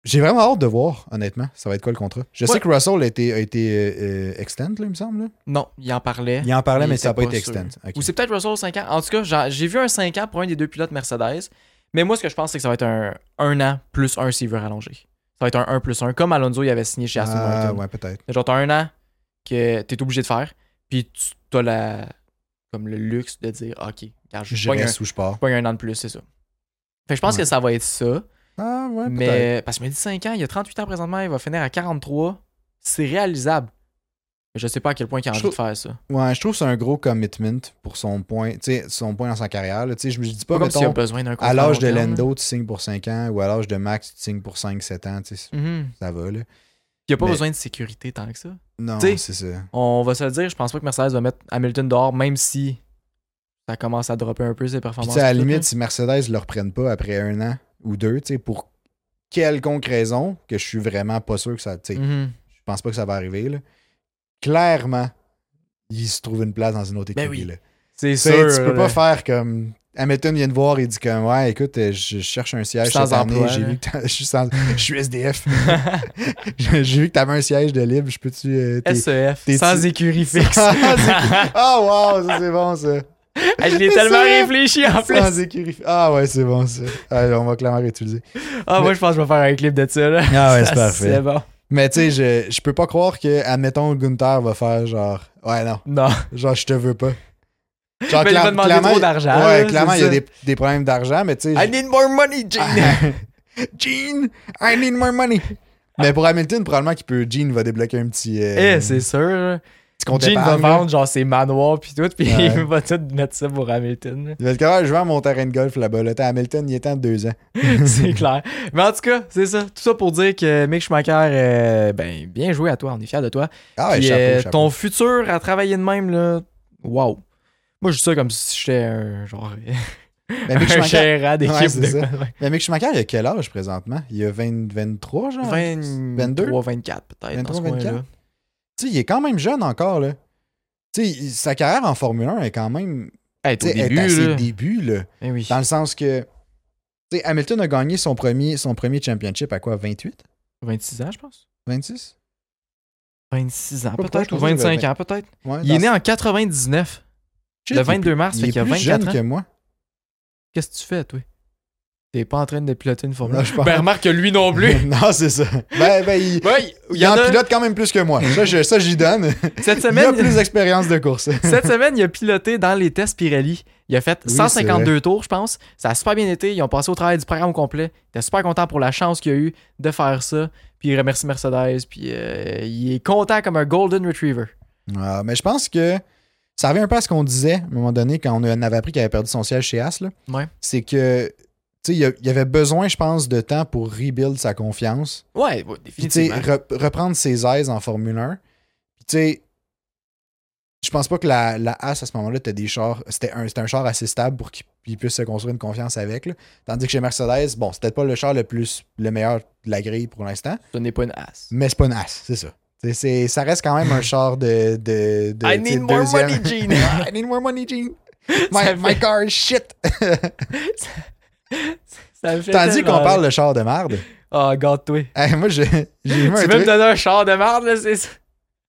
[SPEAKER 2] j'ai vraiment hâte de voir, honnêtement, ça va être quoi le contrat. Je
[SPEAKER 1] Ouais.
[SPEAKER 2] sais que Russell a été, a été euh, euh, extent, là, il me semble. là.
[SPEAKER 1] Non, il en parlait.
[SPEAKER 2] Il en parlait,
[SPEAKER 1] Il
[SPEAKER 2] mais ça n'a
[SPEAKER 1] était
[SPEAKER 2] pas été
[SPEAKER 1] pas
[SPEAKER 2] extent. Ok.
[SPEAKER 1] Ou c'est peut-être Russell 5 ans. En tout cas, j'en- j'ai vu un 5 ans pour un des deux pilotes Mercedes. Mais moi, ce que je pense, c'est que ça va être un 1 an plus 1 s'il veut rallonger. Ça va être un 1 plus 1, comme Alonso il avait signé chez Aston
[SPEAKER 2] Ah,
[SPEAKER 1] Martin.
[SPEAKER 2] ouais, peut-être.
[SPEAKER 1] Genre, t'as un an que t'es obligé de faire, puis tu t'as la, comme le luxe de dire, OK, car je
[SPEAKER 2] Je
[SPEAKER 1] pogne un,
[SPEAKER 2] reste où je pars.
[SPEAKER 1] je pogne un an de plus, c'est ça. Fait que je pense
[SPEAKER 2] Ouais.
[SPEAKER 1] que ça va être ça,
[SPEAKER 2] Ah, ouais, peut-être.
[SPEAKER 1] mais parce que je me dis 5 ans, il a 38 ans présentement, il va finir à 43, c'est réalisable. Mais je sais pas à quel point il a
[SPEAKER 2] Je
[SPEAKER 1] envie de faire ça.
[SPEAKER 2] Ouais, je trouve que c'est un gros commitment pour son point, tu sais, son point dans sa carrière. là. Tu sais, je me dis pas,
[SPEAKER 1] Pas comme s'il a
[SPEAKER 2] mettons,
[SPEAKER 1] besoin d'un contrat
[SPEAKER 2] à l'âge de
[SPEAKER 1] long terme.
[SPEAKER 2] Lando, tu signes pour 5 ans, ou à l'âge de Max, tu signes pour 5-7 ans, tu sais,
[SPEAKER 1] Mhm.
[SPEAKER 2] ça va, là.
[SPEAKER 1] Il a pas
[SPEAKER 2] Mais-
[SPEAKER 1] besoin de sécurité tant que ça.
[SPEAKER 2] Non,
[SPEAKER 1] Tu sais,
[SPEAKER 2] c'est ça.
[SPEAKER 1] On va se le dire, je pense pas que Mercedes va mettre Hamilton dehors, même si ça commence à dropper un peu ses
[SPEAKER 2] Puis, tu
[SPEAKER 1] performances.
[SPEAKER 2] sais, à la
[SPEAKER 1] et tout,
[SPEAKER 2] limite,
[SPEAKER 1] là.
[SPEAKER 2] si Mercedes le reprenne pas après un an ou deux, tu sais, pour quelconque raison, que je suis vraiment pas sûr que ça, tu sais,
[SPEAKER 1] Mhm.
[SPEAKER 2] je pense pas que ça va arriver, là. Clairement, il se trouve une place dans une autre
[SPEAKER 1] Ben
[SPEAKER 2] équipe,
[SPEAKER 1] oui.
[SPEAKER 2] là.
[SPEAKER 1] C'est
[SPEAKER 2] Tu sais,
[SPEAKER 1] sûr.
[SPEAKER 2] tu peux
[SPEAKER 1] là.
[SPEAKER 2] pas faire comme. Hamilton vient de voir et dit comme Ouais, écoute, euh, je cherche un siège
[SPEAKER 1] Sans
[SPEAKER 2] cette année,
[SPEAKER 1] emploi,
[SPEAKER 2] j'ai
[SPEAKER 1] là.
[SPEAKER 2] vu que t'as- *laughs* je suis, sans- je suis SDF. *laughs*
[SPEAKER 1] *laughs*
[SPEAKER 2] j'ai j'ai vu que t'avais un siège de libre, je peux-tu. euh, t'es-
[SPEAKER 1] SEF,
[SPEAKER 2] t'es-
[SPEAKER 1] E sans écurie fixe.
[SPEAKER 2] *laughs*
[SPEAKER 1] *laughs*
[SPEAKER 2] Sans écurie- Ah wow, ça c'est bon ça.
[SPEAKER 1] Ah, je l'ai tellement
[SPEAKER 2] SEF.
[SPEAKER 1] réfléchi en plus.
[SPEAKER 2] Sans écurie. Ah ouais, c'est bon ça. Allez, on va clairement réutiliser.
[SPEAKER 1] Ah, moi, je pense que je vais faire un clip de ça. Là.
[SPEAKER 2] Ah
[SPEAKER 1] Ça, C'est bon.
[SPEAKER 2] Mais tu sais,
[SPEAKER 1] Hmm.
[SPEAKER 2] je, je peux pas croire que, admettons, Gunther va faire genre Ouais, non, *laughs*
[SPEAKER 1] Non.
[SPEAKER 2] genre je te veux pas. Genre,
[SPEAKER 1] Mais il va
[SPEAKER 2] cla-
[SPEAKER 1] demander trop d'argent, là,
[SPEAKER 2] Ouais, clairement,
[SPEAKER 1] c'est
[SPEAKER 2] il y a
[SPEAKER 1] ça.
[SPEAKER 2] des, des problèmes d'argent, mais tu sais.
[SPEAKER 1] I need more money, Gene.
[SPEAKER 2] Ah, *laughs* Gene, I need more money. Mais pour Hamilton, probablement qu'il peut. Gene va débloquer un petit.
[SPEAKER 1] *laughs*
[SPEAKER 2] euh,
[SPEAKER 1] Eh, c'est sûr. là.
[SPEAKER 2] petit compte
[SPEAKER 1] Gene va
[SPEAKER 2] épargne, là.
[SPEAKER 1] vendre genre ses manoirs puis tout, puis
[SPEAKER 2] Ouais.
[SPEAKER 1] *laughs* il va tout mettre ça pour Hamilton. là. *laughs*
[SPEAKER 2] Il va être capable de jouer à mon terrain de golf là-bas. Le temps Hamilton, il est en deux ans.
[SPEAKER 1] c'est clair. Mais en tout cas, c'est ça. Tout ça pour dire que Mick Schumacher, euh, ben, bien joué à toi. On est fiers de toi.
[SPEAKER 2] Ah ouais,
[SPEAKER 1] Puis,
[SPEAKER 2] chapeau,
[SPEAKER 1] euh,
[SPEAKER 2] chapeau.
[SPEAKER 1] ton futur à travailler de même, là, wow. Moi, je dis ça comme si j'étais un genre.
[SPEAKER 2] Mais Ben,
[SPEAKER 1] *laughs*
[SPEAKER 2] Mick
[SPEAKER 1] un
[SPEAKER 2] Schumacher,
[SPEAKER 1] gérant d'équipe
[SPEAKER 2] Ouais, c'est
[SPEAKER 1] de.
[SPEAKER 2] ça. mais Mick Schumacher, il a quel âge présentement Il a 20, 23, genre 22?
[SPEAKER 1] 23, 24 peut-être. dans ce
[SPEAKER 2] 23, 24?
[SPEAKER 1] coin-là.
[SPEAKER 2] Tu sais, il est quand même jeune encore, là. Tu sais, il- sa carrière en Formule 1 est quand même.
[SPEAKER 1] Hey, t'es
[SPEAKER 2] Tu
[SPEAKER 1] au
[SPEAKER 2] sais, elle
[SPEAKER 1] début,
[SPEAKER 2] est à ses
[SPEAKER 1] là.
[SPEAKER 2] débuts, là.
[SPEAKER 1] Eh oui.
[SPEAKER 2] Dans le sens que. Tu sais, Hamilton a gagné son premier, son premier championship à quoi 28
[SPEAKER 1] 26 ans, je pense.
[SPEAKER 2] 26
[SPEAKER 1] 26 ans
[SPEAKER 2] Pas pourquoi,
[SPEAKER 1] peut-être,
[SPEAKER 2] je
[SPEAKER 1] ou
[SPEAKER 2] pensais qu'il
[SPEAKER 1] 25
[SPEAKER 2] avait
[SPEAKER 1] ans peut-être.
[SPEAKER 2] Ouais,
[SPEAKER 1] Il est
[SPEAKER 2] dans-
[SPEAKER 1] né en 99,
[SPEAKER 2] Shit,
[SPEAKER 1] le
[SPEAKER 2] il est
[SPEAKER 1] 22 mars,
[SPEAKER 2] Il
[SPEAKER 1] fait
[SPEAKER 2] est
[SPEAKER 1] qu'il a
[SPEAKER 2] plus jeune
[SPEAKER 1] 24 ans.
[SPEAKER 2] que moi.
[SPEAKER 1] Qu'est-ce que tu fais, toi? T'es pas en train de piloter une Formule
[SPEAKER 2] Non,
[SPEAKER 1] 1.
[SPEAKER 2] je pense-
[SPEAKER 1] Ben remarque que lui non plus. *laughs*
[SPEAKER 2] *laughs* non, c'est ça. Ben, ben, il,
[SPEAKER 1] ouais, il
[SPEAKER 2] il
[SPEAKER 1] y en
[SPEAKER 2] en
[SPEAKER 1] a-
[SPEAKER 2] pilote quand même plus que moi. Ça, je- ça, j'y donne.
[SPEAKER 1] *laughs* Cette
[SPEAKER 2] Il a
[SPEAKER 1] semaine,
[SPEAKER 2] plus d'expérience de course.
[SPEAKER 1] Cette semaine, il a piloté dans les tests Pirelli. Il a fait
[SPEAKER 2] Oui,
[SPEAKER 1] 152 tours, je pense. Ça a super bien été. Ils ont passé au travail du programme au complet. Il était super content pour la chance qu'il a eu de faire ça. Puis il remercie Mercedes. Puis euh, il est content comme un Golden Retriever.
[SPEAKER 2] Ah, mais je pense que ça revient un peu à ce qu'on disait à un moment donné quand on en avait appris qu'il avait perdu son siège chez As. là.
[SPEAKER 1] Ouais.
[SPEAKER 2] C'est que, tu sais, il y a- il y avait besoin, je pense, de temps pour rebuild sa confiance.
[SPEAKER 1] Ouais, ouais,
[SPEAKER 2] Puis, tu sais,
[SPEAKER 1] définitivement.
[SPEAKER 2] re- reprendre ses aises en Formule 1. Puis, tu sais, je pense pas que la, la As à ce moment-là, t'as des chars. C'était un, c'était un char assez stable pour qu'il il puisse se construire une confiance avec. là. Tandis que chez Mercedes, bon, c'était pas le char le plus le meilleur de la grille pour l'instant,
[SPEAKER 1] Ce n'est pas une as.
[SPEAKER 2] mais c'est pas une As, c'est ça. Tu C'est- c'est- ça reste quand même
[SPEAKER 1] *laughs*
[SPEAKER 2] un char de, de,
[SPEAKER 1] I
[SPEAKER 2] de tu sais,
[SPEAKER 1] need more
[SPEAKER 2] deuxième-
[SPEAKER 1] money, Gene.
[SPEAKER 2] *laughs* I need more money,
[SPEAKER 1] *laughs*
[SPEAKER 2] Gene. My,
[SPEAKER 1] Ça
[SPEAKER 2] my
[SPEAKER 1] fait-
[SPEAKER 2] car is
[SPEAKER 1] *laughs*
[SPEAKER 2] shit.
[SPEAKER 1] Ça me fait
[SPEAKER 2] Tandis
[SPEAKER 1] tellement
[SPEAKER 2] qu'on parle de char de merde.
[SPEAKER 1] Ah, garde-toi.
[SPEAKER 2] Hey, moi, j'ai j'ai eu un
[SPEAKER 1] Tu veux
[SPEAKER 2] truc.
[SPEAKER 1] me donner un char de merde, là, c'est ça?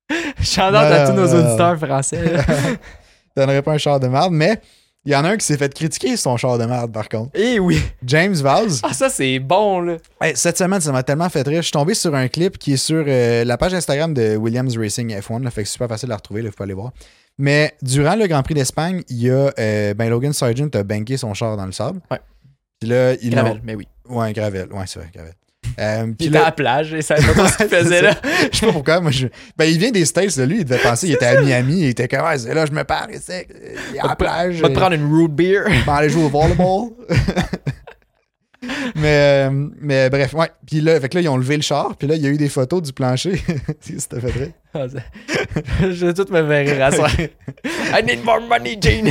[SPEAKER 1] *laughs* Shout out
[SPEAKER 2] Non,
[SPEAKER 1] à
[SPEAKER 2] non,
[SPEAKER 1] tous nos
[SPEAKER 2] non, non.
[SPEAKER 1] auditeurs français.
[SPEAKER 2] *laughs*
[SPEAKER 1] là.
[SPEAKER 2] Je donnerais pas un char de merde, mais il y en a un qui s'est fait critiquer son char de merde, par contre.
[SPEAKER 1] Eh oui.
[SPEAKER 2] James Vaz.
[SPEAKER 1] Ah, ça, c'est bon, là.
[SPEAKER 2] Hey, cette semaine, ça m'a tellement fait rire. Je suis tombé sur un clip qui est sur euh, la page Instagram de Williams Racing F1. Là, fait que c'est super facile à retrouver, là, vous pouvez aller voir. Mais durant le Grand Prix d'Espagne, il y a euh, ben Logan Sargent a banqué son char dans le sable.
[SPEAKER 1] Ouais.
[SPEAKER 2] Puis là, il
[SPEAKER 1] Gravel, mais oui.
[SPEAKER 2] Ouais, Gravel. Ouais, c'est vrai, Gravel. Euh,
[SPEAKER 1] Il
[SPEAKER 2] puis
[SPEAKER 1] était à la
[SPEAKER 2] *laughs* là,
[SPEAKER 1] plage et ça savait pas
[SPEAKER 2] *laughs*
[SPEAKER 1] ce qu'il faisait là.
[SPEAKER 2] je sais pas pourquoi, moi je. Ben, il vient des States, là, lui, il
[SPEAKER 1] *laughs*
[SPEAKER 2] devait penser, il était à Miami, il était comme, ouais, c'est là, je me pars, et c'est il est à la plage. euh.
[SPEAKER 1] Je vais te
[SPEAKER 2] et-
[SPEAKER 1] prendre une root beer.
[SPEAKER 2] ben, aller jouer
[SPEAKER 1] *laughs*
[SPEAKER 2] au volleyball. mais, euh, mais bref, ouais. Puis là, fait que là, ils ont levé le char, puis là, il y a eu des photos du plancher. *laughs* Si C'était fait vrai.
[SPEAKER 1] Ah, ça- je vais tout me faire rire à ça. *laughs* I need more money, Gene.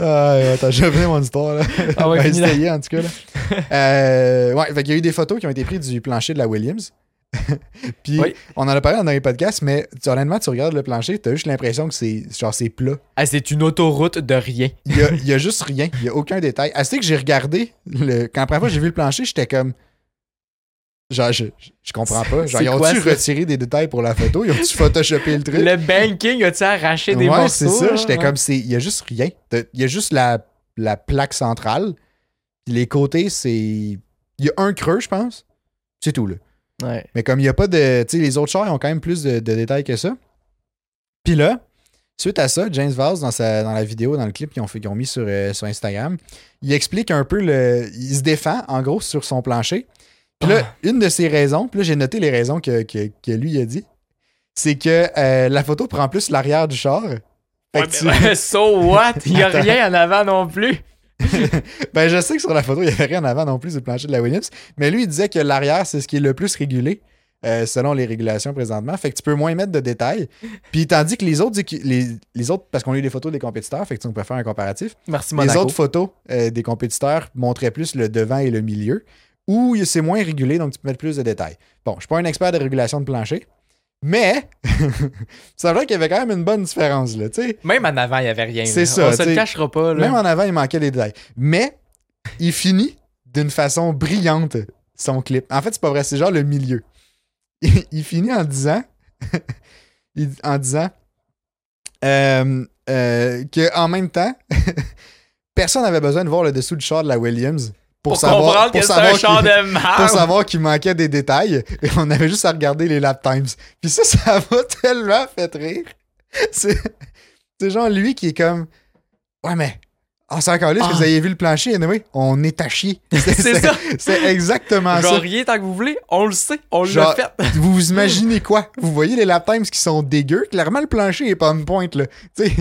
[SPEAKER 2] Ah, ouais, attends, j'ai oublié mon histoire, là.
[SPEAKER 1] Ah ouais,
[SPEAKER 2] *laughs* Ben,
[SPEAKER 1] finis-la.
[SPEAKER 2] essayez, en tout cas, là. Euh, ouais, fait qu'il y a eu des photos qui ont été prises du plancher de la Williams. *laughs* puis
[SPEAKER 1] Oui.
[SPEAKER 2] on en a parlé dans les podcasts, mais tu- honnêtement, tu regardes le plancher, t'as juste l'impression que c'est genre c'est plat.
[SPEAKER 1] Ah, c'est une autoroute de rien.
[SPEAKER 2] Il y a, il y a juste rien, il y a aucun détail. Assez que j'ai regardé, le, quand la première fois que j'ai vu le plancher, j'étais comme. Genre, je, je- je comprends pas. Genre,
[SPEAKER 1] C'est
[SPEAKER 2] ils
[SPEAKER 1] quoi,
[SPEAKER 2] ont-tu
[SPEAKER 1] ça?
[SPEAKER 2] retiré des détails pour la photo? Ils ont-tu photoshopé le truc?
[SPEAKER 1] Le banking a-tu arraché des
[SPEAKER 2] ouais,
[SPEAKER 1] morceaux? hein?
[SPEAKER 2] c'est ça.
[SPEAKER 1] là?
[SPEAKER 2] J'étais comme, c'est- il y a juste rien. T'as- Il y a juste la, la plaque centrale. Puis les côtés, c'est. Il y a un creux, je pense. C'est tout, là.
[SPEAKER 1] Ouais.
[SPEAKER 2] Mais comme il n'y a pas de. Tu sais, les autres chars, ils ont quand même plus de, de détails que ça. Puis là, suite à ça, James Vaz, dans, sa, dans la vidéo, dans le clip qu'ils ont, fait- qu'ils ont mis sur, euh, sur Instagram, il explique un peu le. Il se défend, en gros, sur son plancher. Puis
[SPEAKER 1] Ah.
[SPEAKER 2] là, une de ses raisons, puis là, j'ai noté les raisons que, que, que lui il a dit, c'est que euh, la photo prend plus l'arrière du char. Fait
[SPEAKER 1] Ouais,
[SPEAKER 2] que tu-
[SPEAKER 1] mais- *laughs* so what? Il n'y a
[SPEAKER 2] Attends.
[SPEAKER 1] rien en avant non plus.
[SPEAKER 2] ben, je sais que sur la photo, il n'y avait rien en avant non plus du plancher de la Williams, mais lui, il disait que l'arrière, c'est ce qui est le plus régulé euh, selon les régulations présentement. Fait que tu peux moins mettre de détails. Puis tandis que les autres, équi- les, les autres parce qu'on a eu des photos des compétiteurs, fait que tu, on peut faire un comparatif.
[SPEAKER 1] Merci,
[SPEAKER 2] Les
[SPEAKER 1] Monaco.
[SPEAKER 2] autres photos euh, des compétiteurs montraient plus le devant et le milieu, où c'est moins régulé, donc tu peux mettre plus de détails. Bon, je suis pas un expert de régulation de plancher, mais *laughs* ça veut dire qu'il y avait quand même une bonne différence, là, tu sais.
[SPEAKER 1] Même en avant, il n'y avait rien.
[SPEAKER 2] C'est
[SPEAKER 1] là.
[SPEAKER 2] ça,
[SPEAKER 1] On se
[SPEAKER 2] t'sais.
[SPEAKER 1] le cachera pas. Là.
[SPEAKER 2] Même en avant, il manquait des détails. Mais il finit d'une façon brillante son clip. En fait, c'est pas vrai, c'est genre le milieu. *laughs* Il, il finit en disant *laughs* il- en disant euh, euh, que en même temps, *laughs* personne n'avait besoin de voir le dessous du char de la Williams pour,
[SPEAKER 1] pour
[SPEAKER 2] savoir
[SPEAKER 1] comprendre
[SPEAKER 2] pour
[SPEAKER 1] que c'est
[SPEAKER 2] savoir
[SPEAKER 1] un char
[SPEAKER 2] qu'il-
[SPEAKER 1] de
[SPEAKER 2] pour
[SPEAKER 1] marbre.
[SPEAKER 2] savoir qu'il manquait des détails et on avait juste à regarder les lap times. Puis ça, *laughs* ça m'a tellement fait rire. C'est c'est genre lui qui est comme Ouais, mais on s'en calisse que
[SPEAKER 1] Ah.
[SPEAKER 2] vous avez vu le plancher, anyway, on est
[SPEAKER 1] *laughs*
[SPEAKER 2] à chier.
[SPEAKER 1] *laughs* C'est ça.
[SPEAKER 2] C'est exactement
[SPEAKER 1] Genre
[SPEAKER 2] ça.
[SPEAKER 1] rien tant que vous voulez. On le sait. On l'a
[SPEAKER 2] Genre-
[SPEAKER 1] fait.
[SPEAKER 2] Vous vous imaginez quoi? Vous voyez les lap times qui sont dégueux? Clairement, le plancher est pas une pointe. Là. *laughs* Tu sais,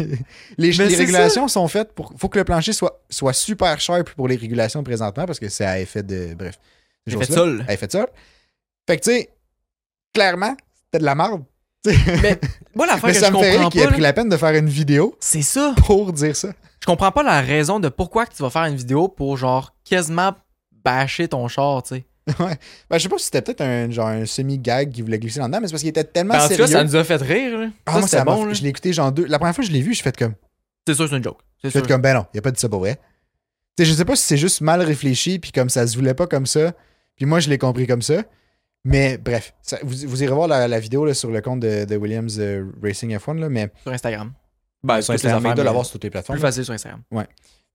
[SPEAKER 2] Les,
[SPEAKER 1] Mais
[SPEAKER 2] les
[SPEAKER 1] c'est
[SPEAKER 2] régulations sont faites pour. faut que le plancher soit, soit super sharp pour les régulations présentement parce que c'est à effet de. Bref. ces
[SPEAKER 1] J'ai fait
[SPEAKER 2] choses-là.
[SPEAKER 1] ça. là.
[SPEAKER 2] Elle fait ça. Fait que, tu sais, clairement, c'était de la merde. Tu sais.
[SPEAKER 1] Mais moi, l'affaire
[SPEAKER 2] Mais
[SPEAKER 1] que
[SPEAKER 2] ça
[SPEAKER 1] je
[SPEAKER 2] me fait
[SPEAKER 1] comprends
[SPEAKER 2] rire qu'il ait
[SPEAKER 1] pas,
[SPEAKER 2] pris
[SPEAKER 1] là,
[SPEAKER 2] la peine de faire une vidéo
[SPEAKER 1] c'est ça.
[SPEAKER 2] pour dire ça.
[SPEAKER 1] Je comprends pas la raison de pourquoi que tu vas faire une vidéo pour genre quasiment bâcher ton char, tu sais.
[SPEAKER 2] Ben, je sais pas si c'était peut-être un, genre un semi-gag qui voulait glisser là-dedans, mais c'est parce qu'il était tellement
[SPEAKER 1] Ben, En tout
[SPEAKER 2] sérieux.
[SPEAKER 1] cas, ça nous a fait rire. là.
[SPEAKER 2] Ah,
[SPEAKER 1] ça,
[SPEAKER 2] moi,
[SPEAKER 1] c'était
[SPEAKER 2] ça m'a-
[SPEAKER 1] bon. là.
[SPEAKER 2] Je l'ai écouté genre deux. La première fois que je l'ai vu, j'ai fait comme.
[SPEAKER 1] C'est sûr, c'est une joke. C'est
[SPEAKER 2] J'ai
[SPEAKER 1] sûr.
[SPEAKER 2] fait comme, ben non, il a pas dit ça pour vrai. Tu sais, je sais pas si c'est juste mal réfléchi, puis comme ça se voulait pas comme ça, puis moi, je l'ai compris comme ça. Mais bref, ça- vous, vous irez voir la, la vidéo là, sur le compte de, de Williams euh, Racing F1, là, mais
[SPEAKER 1] Sur Instagram.
[SPEAKER 2] ben,
[SPEAKER 1] toutes les affaires,
[SPEAKER 2] de
[SPEAKER 1] mais-
[SPEAKER 2] l'avoir sur toutes les plateformes.
[SPEAKER 1] Plus facile sur Instagram.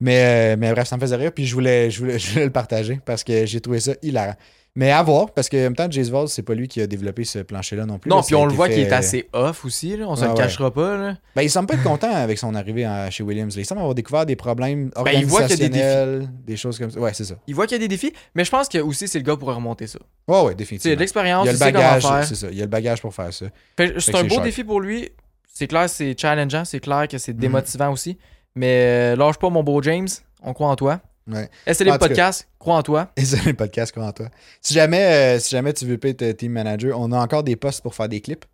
[SPEAKER 2] Mais, euh, mais bref, ça me faisait rire, puis je voulais, je voulais, *laughs* je voulais le partager parce que j'ai trouvé ça hilarant. Mais à voir, parce que en même temps, Jace Vaz, c'est pas lui qui a développé ce plancher-là non plus.
[SPEAKER 1] non,
[SPEAKER 2] là,
[SPEAKER 1] puis
[SPEAKER 2] ça a
[SPEAKER 1] on le
[SPEAKER 2] été
[SPEAKER 1] voit qu'il
[SPEAKER 2] fait-
[SPEAKER 1] est assez off aussi. là. On se
[SPEAKER 2] Ouais,
[SPEAKER 1] le
[SPEAKER 2] ouais.
[SPEAKER 1] cachera pas. Là.
[SPEAKER 2] Ben, il semble pas être content avec son arrivée à- chez Williams. Il semble avoir découvert des problèmes
[SPEAKER 1] Ben, il voit qu'il y a des défis.
[SPEAKER 2] organisationnels, des choses comme ça. Ouais, c'est ça.
[SPEAKER 1] Il voit qu'il y a des défis, mais je pense que aussi c'est le gars pour remonter ça. Tu
[SPEAKER 2] Ouais,
[SPEAKER 1] sais, il y a
[SPEAKER 2] ouais,
[SPEAKER 1] de
[SPEAKER 2] définitivement.
[SPEAKER 1] l'expérience,
[SPEAKER 2] Il y a
[SPEAKER 1] il
[SPEAKER 2] le
[SPEAKER 1] sait comment
[SPEAKER 2] bagage,
[SPEAKER 1] faire.
[SPEAKER 2] c'est ça. Il y a le bagage pour faire ça. *laughs*
[SPEAKER 1] Fait que
[SPEAKER 2] Fait
[SPEAKER 1] C'est
[SPEAKER 2] que
[SPEAKER 1] un
[SPEAKER 2] c'est
[SPEAKER 1] beau
[SPEAKER 2] cher.
[SPEAKER 1] défi pour lui. C'est clair, c'est challengeant, c'est clair que
[SPEAKER 2] Mhm.
[SPEAKER 1] c'est démotivant aussi. Mais euh, lâche pas mon beau James, on croit en toi.
[SPEAKER 2] Ouais.
[SPEAKER 1] Essaye les
[SPEAKER 2] En tout cas-
[SPEAKER 1] podcasts, crois en toi.
[SPEAKER 2] Et c'est le podcast comment toi. Si jamais, euh, si jamais tu veux pas être team manager, on a encore des postes pour faire
[SPEAKER 1] *laughs*
[SPEAKER 2] des clips.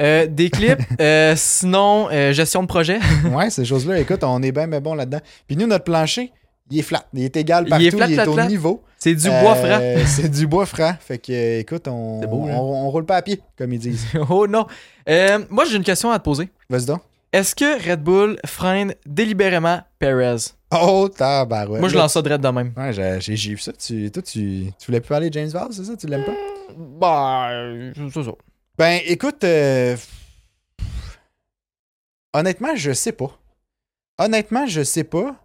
[SPEAKER 1] Euh, des
[SPEAKER 2] *laughs*
[SPEAKER 1] clips, euh, sinon euh, gestion de projet. *laughs*
[SPEAKER 2] Ouais, ces choses-là, écoute, on est bien, mais bon là-dedans. Puis nous, notre plancher, Il est flat. Il est égal
[SPEAKER 1] Il
[SPEAKER 2] partout. Il
[SPEAKER 1] est
[SPEAKER 2] est,
[SPEAKER 1] flat, flat,
[SPEAKER 2] au
[SPEAKER 1] flat.
[SPEAKER 2] niveau.
[SPEAKER 1] C'est du
[SPEAKER 2] Euh,
[SPEAKER 1] bois franc.
[SPEAKER 2] C'est du bois franc. Fait que, euh, écoute, on,
[SPEAKER 1] C'est beau, hein. là.
[SPEAKER 2] on, on roule pas à pied, comme ils disent.
[SPEAKER 1] *laughs* Oh non. Euh, moi, j'ai une question à te poser.
[SPEAKER 2] Vas-y donc.
[SPEAKER 1] Est-ce que Red Bull freine délibérément Perez
[SPEAKER 2] Oh, tabarouette.
[SPEAKER 1] Moi, je
[SPEAKER 2] Là,
[SPEAKER 1] lance ça de de même.
[SPEAKER 2] Ouais, j'ai- j'ai j'ai vu ça. Tu, toi, tu, tu voulais plus parler de James Valls, c'est ça? Tu l'aimes pas?
[SPEAKER 1] Bah, c'est ça.
[SPEAKER 2] Ben, écoute, euh, honnêtement, je sais pas. Honnêtement, je sais pas.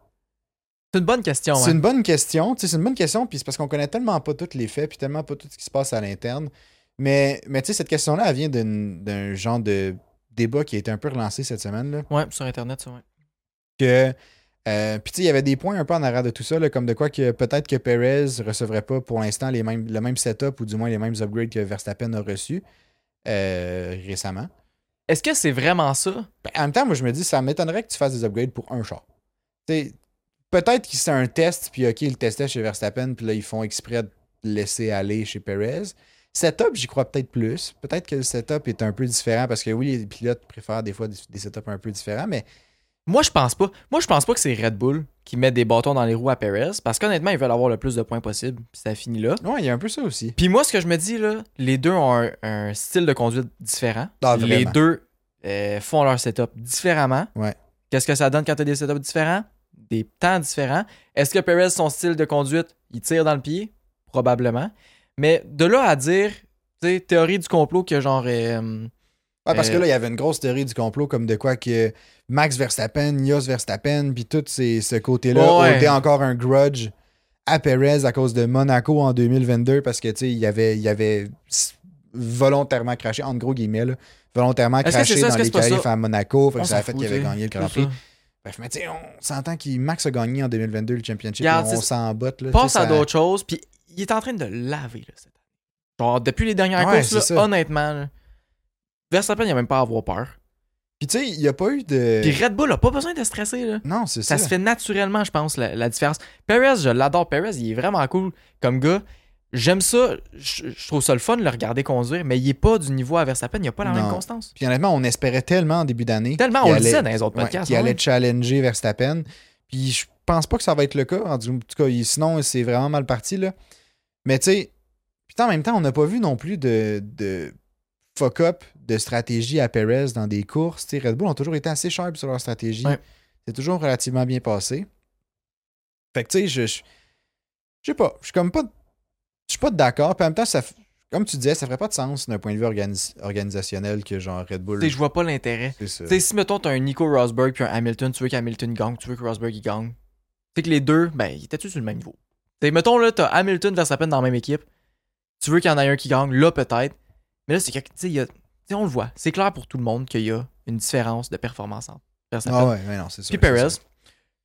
[SPEAKER 1] C'est une bonne question.
[SPEAKER 2] C'est
[SPEAKER 1] hein.
[SPEAKER 2] une bonne question. Tu sais, c'est une bonne question, puis c'est parce qu'on connaît tellement pas tous les faits, puis tellement pas tout ce qui se passe à l'interne. Mais, mais tu sais, cette question-là, elle vient d'une- d'un genre de débat qui a été un peu relancé cette semaine. Là,
[SPEAKER 1] Ouais, sur Internet, ça, ouais.
[SPEAKER 2] que, euh, puis tu sais, il y avait des points un peu en arrière de tout ça, là, comme de quoi que peut-être que Perez recevrait pas pour l'instant les mêmes, le même setup ou du moins les mêmes upgrades que Verstappen a reçus euh, récemment.
[SPEAKER 1] Est-ce que c'est vraiment ça
[SPEAKER 2] Ben, en même temps, moi, je me dis, ça m'étonnerait que tu fasses des upgrades pour un char. Tu sais, peut-être que c'est un test, puis OK, ils le testaient chez Verstappen, puis là, ils font exprès de laisser aller chez Perez. Setup, j'y crois peut-être plus. Peut-être que le setup est un peu différent, parce que oui, les pilotes préfèrent des fois des, des setups un peu différents, mais
[SPEAKER 1] Moi, je pense pas. Moi, je pense pas que c'est Red Bull qui met des bâtons dans les roues à Perez parce qu'honnêtement, ils veulent avoir le plus de points possible. Puis ça finit là.
[SPEAKER 2] ouais, il y a un peu ça aussi.
[SPEAKER 1] Puis moi, ce que je me dis, là, les deux ont un, un style de conduite différent.
[SPEAKER 2] Ah, vraiment.
[SPEAKER 1] les deux euh, font leur setup différemment.
[SPEAKER 2] Ouais.
[SPEAKER 1] Qu'est-ce que ça donne quand t'as des setups différents Des temps différents. Est-ce que Perez, son style de conduite, il tire dans le pied Probablement. Mais de là à dire, tu sais, théorie du complot que genre. euh,
[SPEAKER 2] Ouais, parce que
[SPEAKER 1] Euh,
[SPEAKER 2] là, il y avait une grosse théorie du complot, comme de quoi que Max Verstappen, Nios Verstappen, puis tout ces- ce côté-là,
[SPEAKER 1] Ouais.
[SPEAKER 2] ôtait encore un grudge à Perez à cause de Monaco en 2022, parce que, tu sais, il y avait, il y avait s- volontairement craché, en gros guillemets, là, volontairement
[SPEAKER 1] Est-ce que
[SPEAKER 2] craché
[SPEAKER 1] c'est ça,
[SPEAKER 2] dans
[SPEAKER 1] est-ce que
[SPEAKER 2] les
[SPEAKER 1] c'est pas
[SPEAKER 2] qualifs
[SPEAKER 1] ça?
[SPEAKER 2] à Monaco, fait
[SPEAKER 1] on
[SPEAKER 2] que ça
[SPEAKER 1] s'en
[SPEAKER 2] a fait
[SPEAKER 1] fout,
[SPEAKER 2] qu'il avait
[SPEAKER 1] tu sais.
[SPEAKER 2] gagné le Grand
[SPEAKER 1] C'est
[SPEAKER 2] Prix.
[SPEAKER 1] ça.
[SPEAKER 2] Bref, mais tu sais, on s'entend que Max a gagné en 2022 le championship,
[SPEAKER 1] Regarde,
[SPEAKER 2] et on
[SPEAKER 1] c'est-
[SPEAKER 2] s'en botte, là. tu sais,
[SPEAKER 1] passe à
[SPEAKER 2] ça-
[SPEAKER 1] d'autres choses, puis il est en train de laver là, cette année. Genre, depuis les dernières
[SPEAKER 2] Ouais,
[SPEAKER 1] courses,
[SPEAKER 2] c'est
[SPEAKER 1] là,
[SPEAKER 2] ça.
[SPEAKER 1] honnêtement, là, Verstappen, il n'y a même pas à avoir peur.
[SPEAKER 2] Puis, tu sais, il n'y a pas eu de...
[SPEAKER 1] Puis Red Bull a pas besoin de stresser. Là.
[SPEAKER 2] Non, c'est ça.
[SPEAKER 1] Ça se fait naturellement, je pense, la, la différence. Perez, je l'adore. Perez, il est vraiment cool comme gars. J'aime ça. Je, je trouve ça le fun de le regarder conduire, mais il est pas du niveau à Verstappen. Il n'y a pas la même
[SPEAKER 2] Non.
[SPEAKER 1] constance.
[SPEAKER 2] Puis honnêtement, on espérait tellement en début d'année.
[SPEAKER 1] Tellement,
[SPEAKER 2] qu'il
[SPEAKER 1] on le
[SPEAKER 2] allait-
[SPEAKER 1] disait dans les autres
[SPEAKER 2] ouais,
[SPEAKER 1] podcasts. hein,
[SPEAKER 2] qu'il
[SPEAKER 1] ouais.
[SPEAKER 2] allait challenger Verstappen. Puis je pense pas que ça va être le cas. En tout en tout cas, il- sinon, c'est vraiment mal parti. Là. Mais tu sais, puis en même temps, on n'a pas vu non plus de, de fuck-up de stratégie à Perez dans des courses. Tu sais, Red Bull ont toujours été assez sharp sur leur stratégie.
[SPEAKER 1] Ouais.
[SPEAKER 2] C'est toujours relativement bien passé. Fait que tu sais, je, je, je sais pas. Je suis comme pas. Je suis pas d'accord. Puis en même temps, ça, f- comme tu disais, ça ferait pas de sens d'un point de vue organis- organisationnel que genre Red Bull.
[SPEAKER 1] Tu sais, Je vois pas l'intérêt.
[SPEAKER 2] C'est ça.
[SPEAKER 1] Tu sais, si mettons t'as un Nico Rosberg puis un Hamilton, tu veux qu'Hamilton gagne, tu veux que Rosberg il gagne. Tu sais que les deux, ben, ils étaient tous sur le même niveau. Tu sais, mettons là, t'as Hamilton Verstappen dans la même équipe. Tu veux qu'il y en ait un qui gagne, là peut-être. Mais là, c'est que, tu sais, il y a- tu sais, on le voit. C'est clair pour tout le monde qu'il y a une différence de performance entre Verstappen
[SPEAKER 2] Ah ouais, mais non, c'est sûr.
[SPEAKER 1] puis
[SPEAKER 2] c'est
[SPEAKER 1] Perez.
[SPEAKER 2] sûr.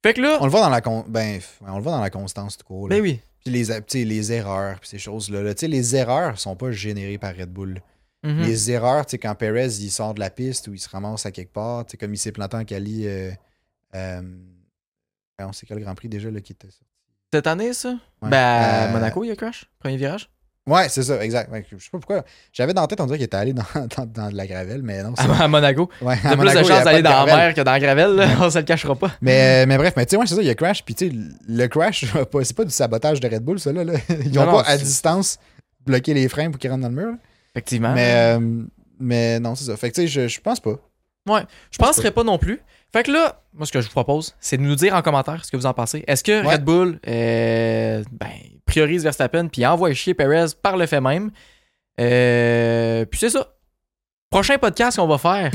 [SPEAKER 1] Fait que là,
[SPEAKER 2] On le voit dans la con- ben, f- ouais, on le voit dans la constance tout court. là.
[SPEAKER 1] ben oui.
[SPEAKER 2] Puis les, tu sais, les erreurs, puis ces choses-là. là. Tu sais, les erreurs sont pas générées par Red Bull.
[SPEAKER 1] Mhm.
[SPEAKER 2] Les erreurs, tu sais, quand Perez il sort de la piste ou il se ramasse à quelque part, tu sais, comme il s'est planté en Cali. euh, euh, ben, on sait quel Grand Prix déjà là, qui était ça.
[SPEAKER 1] Cette année, ça,
[SPEAKER 2] Ouais.
[SPEAKER 1] ben, à
[SPEAKER 2] Euh,
[SPEAKER 1] Monaco, il y a crash, premier virage.
[SPEAKER 2] Ouais, c'est ça, exact. Ouais, je sais pas pourquoi. J'avais dans la tête, on dirait qu'il était allé dans, *laughs* dans- dans de la gravelle, mais non.
[SPEAKER 1] *laughs*
[SPEAKER 2] c'est-
[SPEAKER 1] À Monaco.
[SPEAKER 2] Ouais,
[SPEAKER 1] T'as
[SPEAKER 2] à
[SPEAKER 1] plus Ah de
[SPEAKER 2] Monaco, il y avait
[SPEAKER 1] chances
[SPEAKER 2] pas
[SPEAKER 1] d'aller
[SPEAKER 2] de
[SPEAKER 1] dans la
[SPEAKER 2] gravelle.
[SPEAKER 1] mer que dans la gravelle, là. on se le cachera pas.
[SPEAKER 2] Mais, euh, mais bref, mais tu sais, ouais, c'est ça, il y a Crash, puis tu sais, le Crash, *laughs* pas- c'est pas du sabotage de Red Bull, ça, là. *laughs* là. Ils
[SPEAKER 1] Non, non,
[SPEAKER 2] n'ont pas à
[SPEAKER 1] c'est-
[SPEAKER 2] distance bloqué les freins pour qu'ils rentrent dans le mur. là.
[SPEAKER 1] Effectivement.
[SPEAKER 2] Mais, euh, mais non, c'est ça. Fait que tu sais, je, je pense pas. *laughs*
[SPEAKER 1] Je penserais pas non plus. Fait que là, moi, ce que je vous propose, c'est de nous dire en commentaire ce que vous en pensez. Est-ce que
[SPEAKER 2] Ouais.
[SPEAKER 1] Red Bull euh, ben, priorise Verstappen puis envoie chier Perez par le fait même? Euh, puis c'est ça. Prochain podcast qu'on va faire,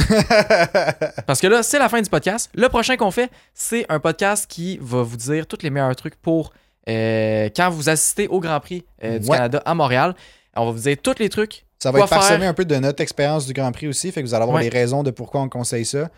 [SPEAKER 1] parce que là, c'est la fin du podcast. Le prochain qu'on fait, c'est un podcast qui va vous dire tous les meilleurs trucs pour euh, quand vous assistez au Grand Prix euh, du
[SPEAKER 2] Ouais.
[SPEAKER 1] Canada à Montréal. On va vous dire tous les trucs.
[SPEAKER 2] ça va
[SPEAKER 1] Quoi
[SPEAKER 2] être parsemé
[SPEAKER 1] faire?
[SPEAKER 2] un peu de notre expérience du Grand Prix aussi, fait que vous allez avoir
[SPEAKER 1] Ouais.
[SPEAKER 2] les raisons de pourquoi on conseille ça.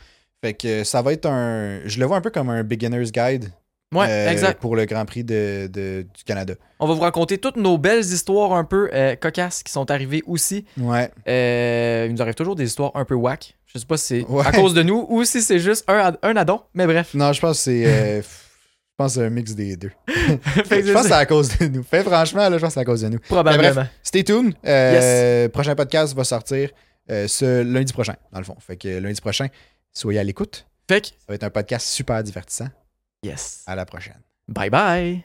[SPEAKER 2] Fait que euh, ça va être un. Je le vois un peu comme un beginner's guide
[SPEAKER 1] Ouais,
[SPEAKER 2] euh,
[SPEAKER 1] exact.
[SPEAKER 2] pour le Grand Prix de, de- du Canada.
[SPEAKER 1] On va vous raconter toutes nos belles histoires un peu euh, cocasses qui sont arrivées aussi
[SPEAKER 2] Ouais.
[SPEAKER 1] Euh, il nous arrive toujours des histoires un peu whack. Je sais pas si c'est
[SPEAKER 2] Ouais.
[SPEAKER 1] à cause de nous ou si c'est juste un, ad- un addon, mais
[SPEAKER 2] *laughs*
[SPEAKER 1] bref.
[SPEAKER 2] Non, je pense que c'est. euh, je pense que c'est un mix des deux.
[SPEAKER 1] Fait *laughs* que
[SPEAKER 2] Je
[SPEAKER 1] c'est
[SPEAKER 2] pense que c'est
[SPEAKER 1] ça,
[SPEAKER 2] à cause de nous. Fait franchement, là, je pense que c'est à cause de nous.
[SPEAKER 1] probablement.
[SPEAKER 2] Stay tuned. Euh, Prochain podcast va sortir euh, ce lundi prochain, dans le fond. Fait que lundi prochain, soyez à l'écoute.
[SPEAKER 1] Fait que,
[SPEAKER 2] Ça va être un podcast super divertissant.
[SPEAKER 1] yes.
[SPEAKER 2] À la prochaine.
[SPEAKER 1] Bye bye!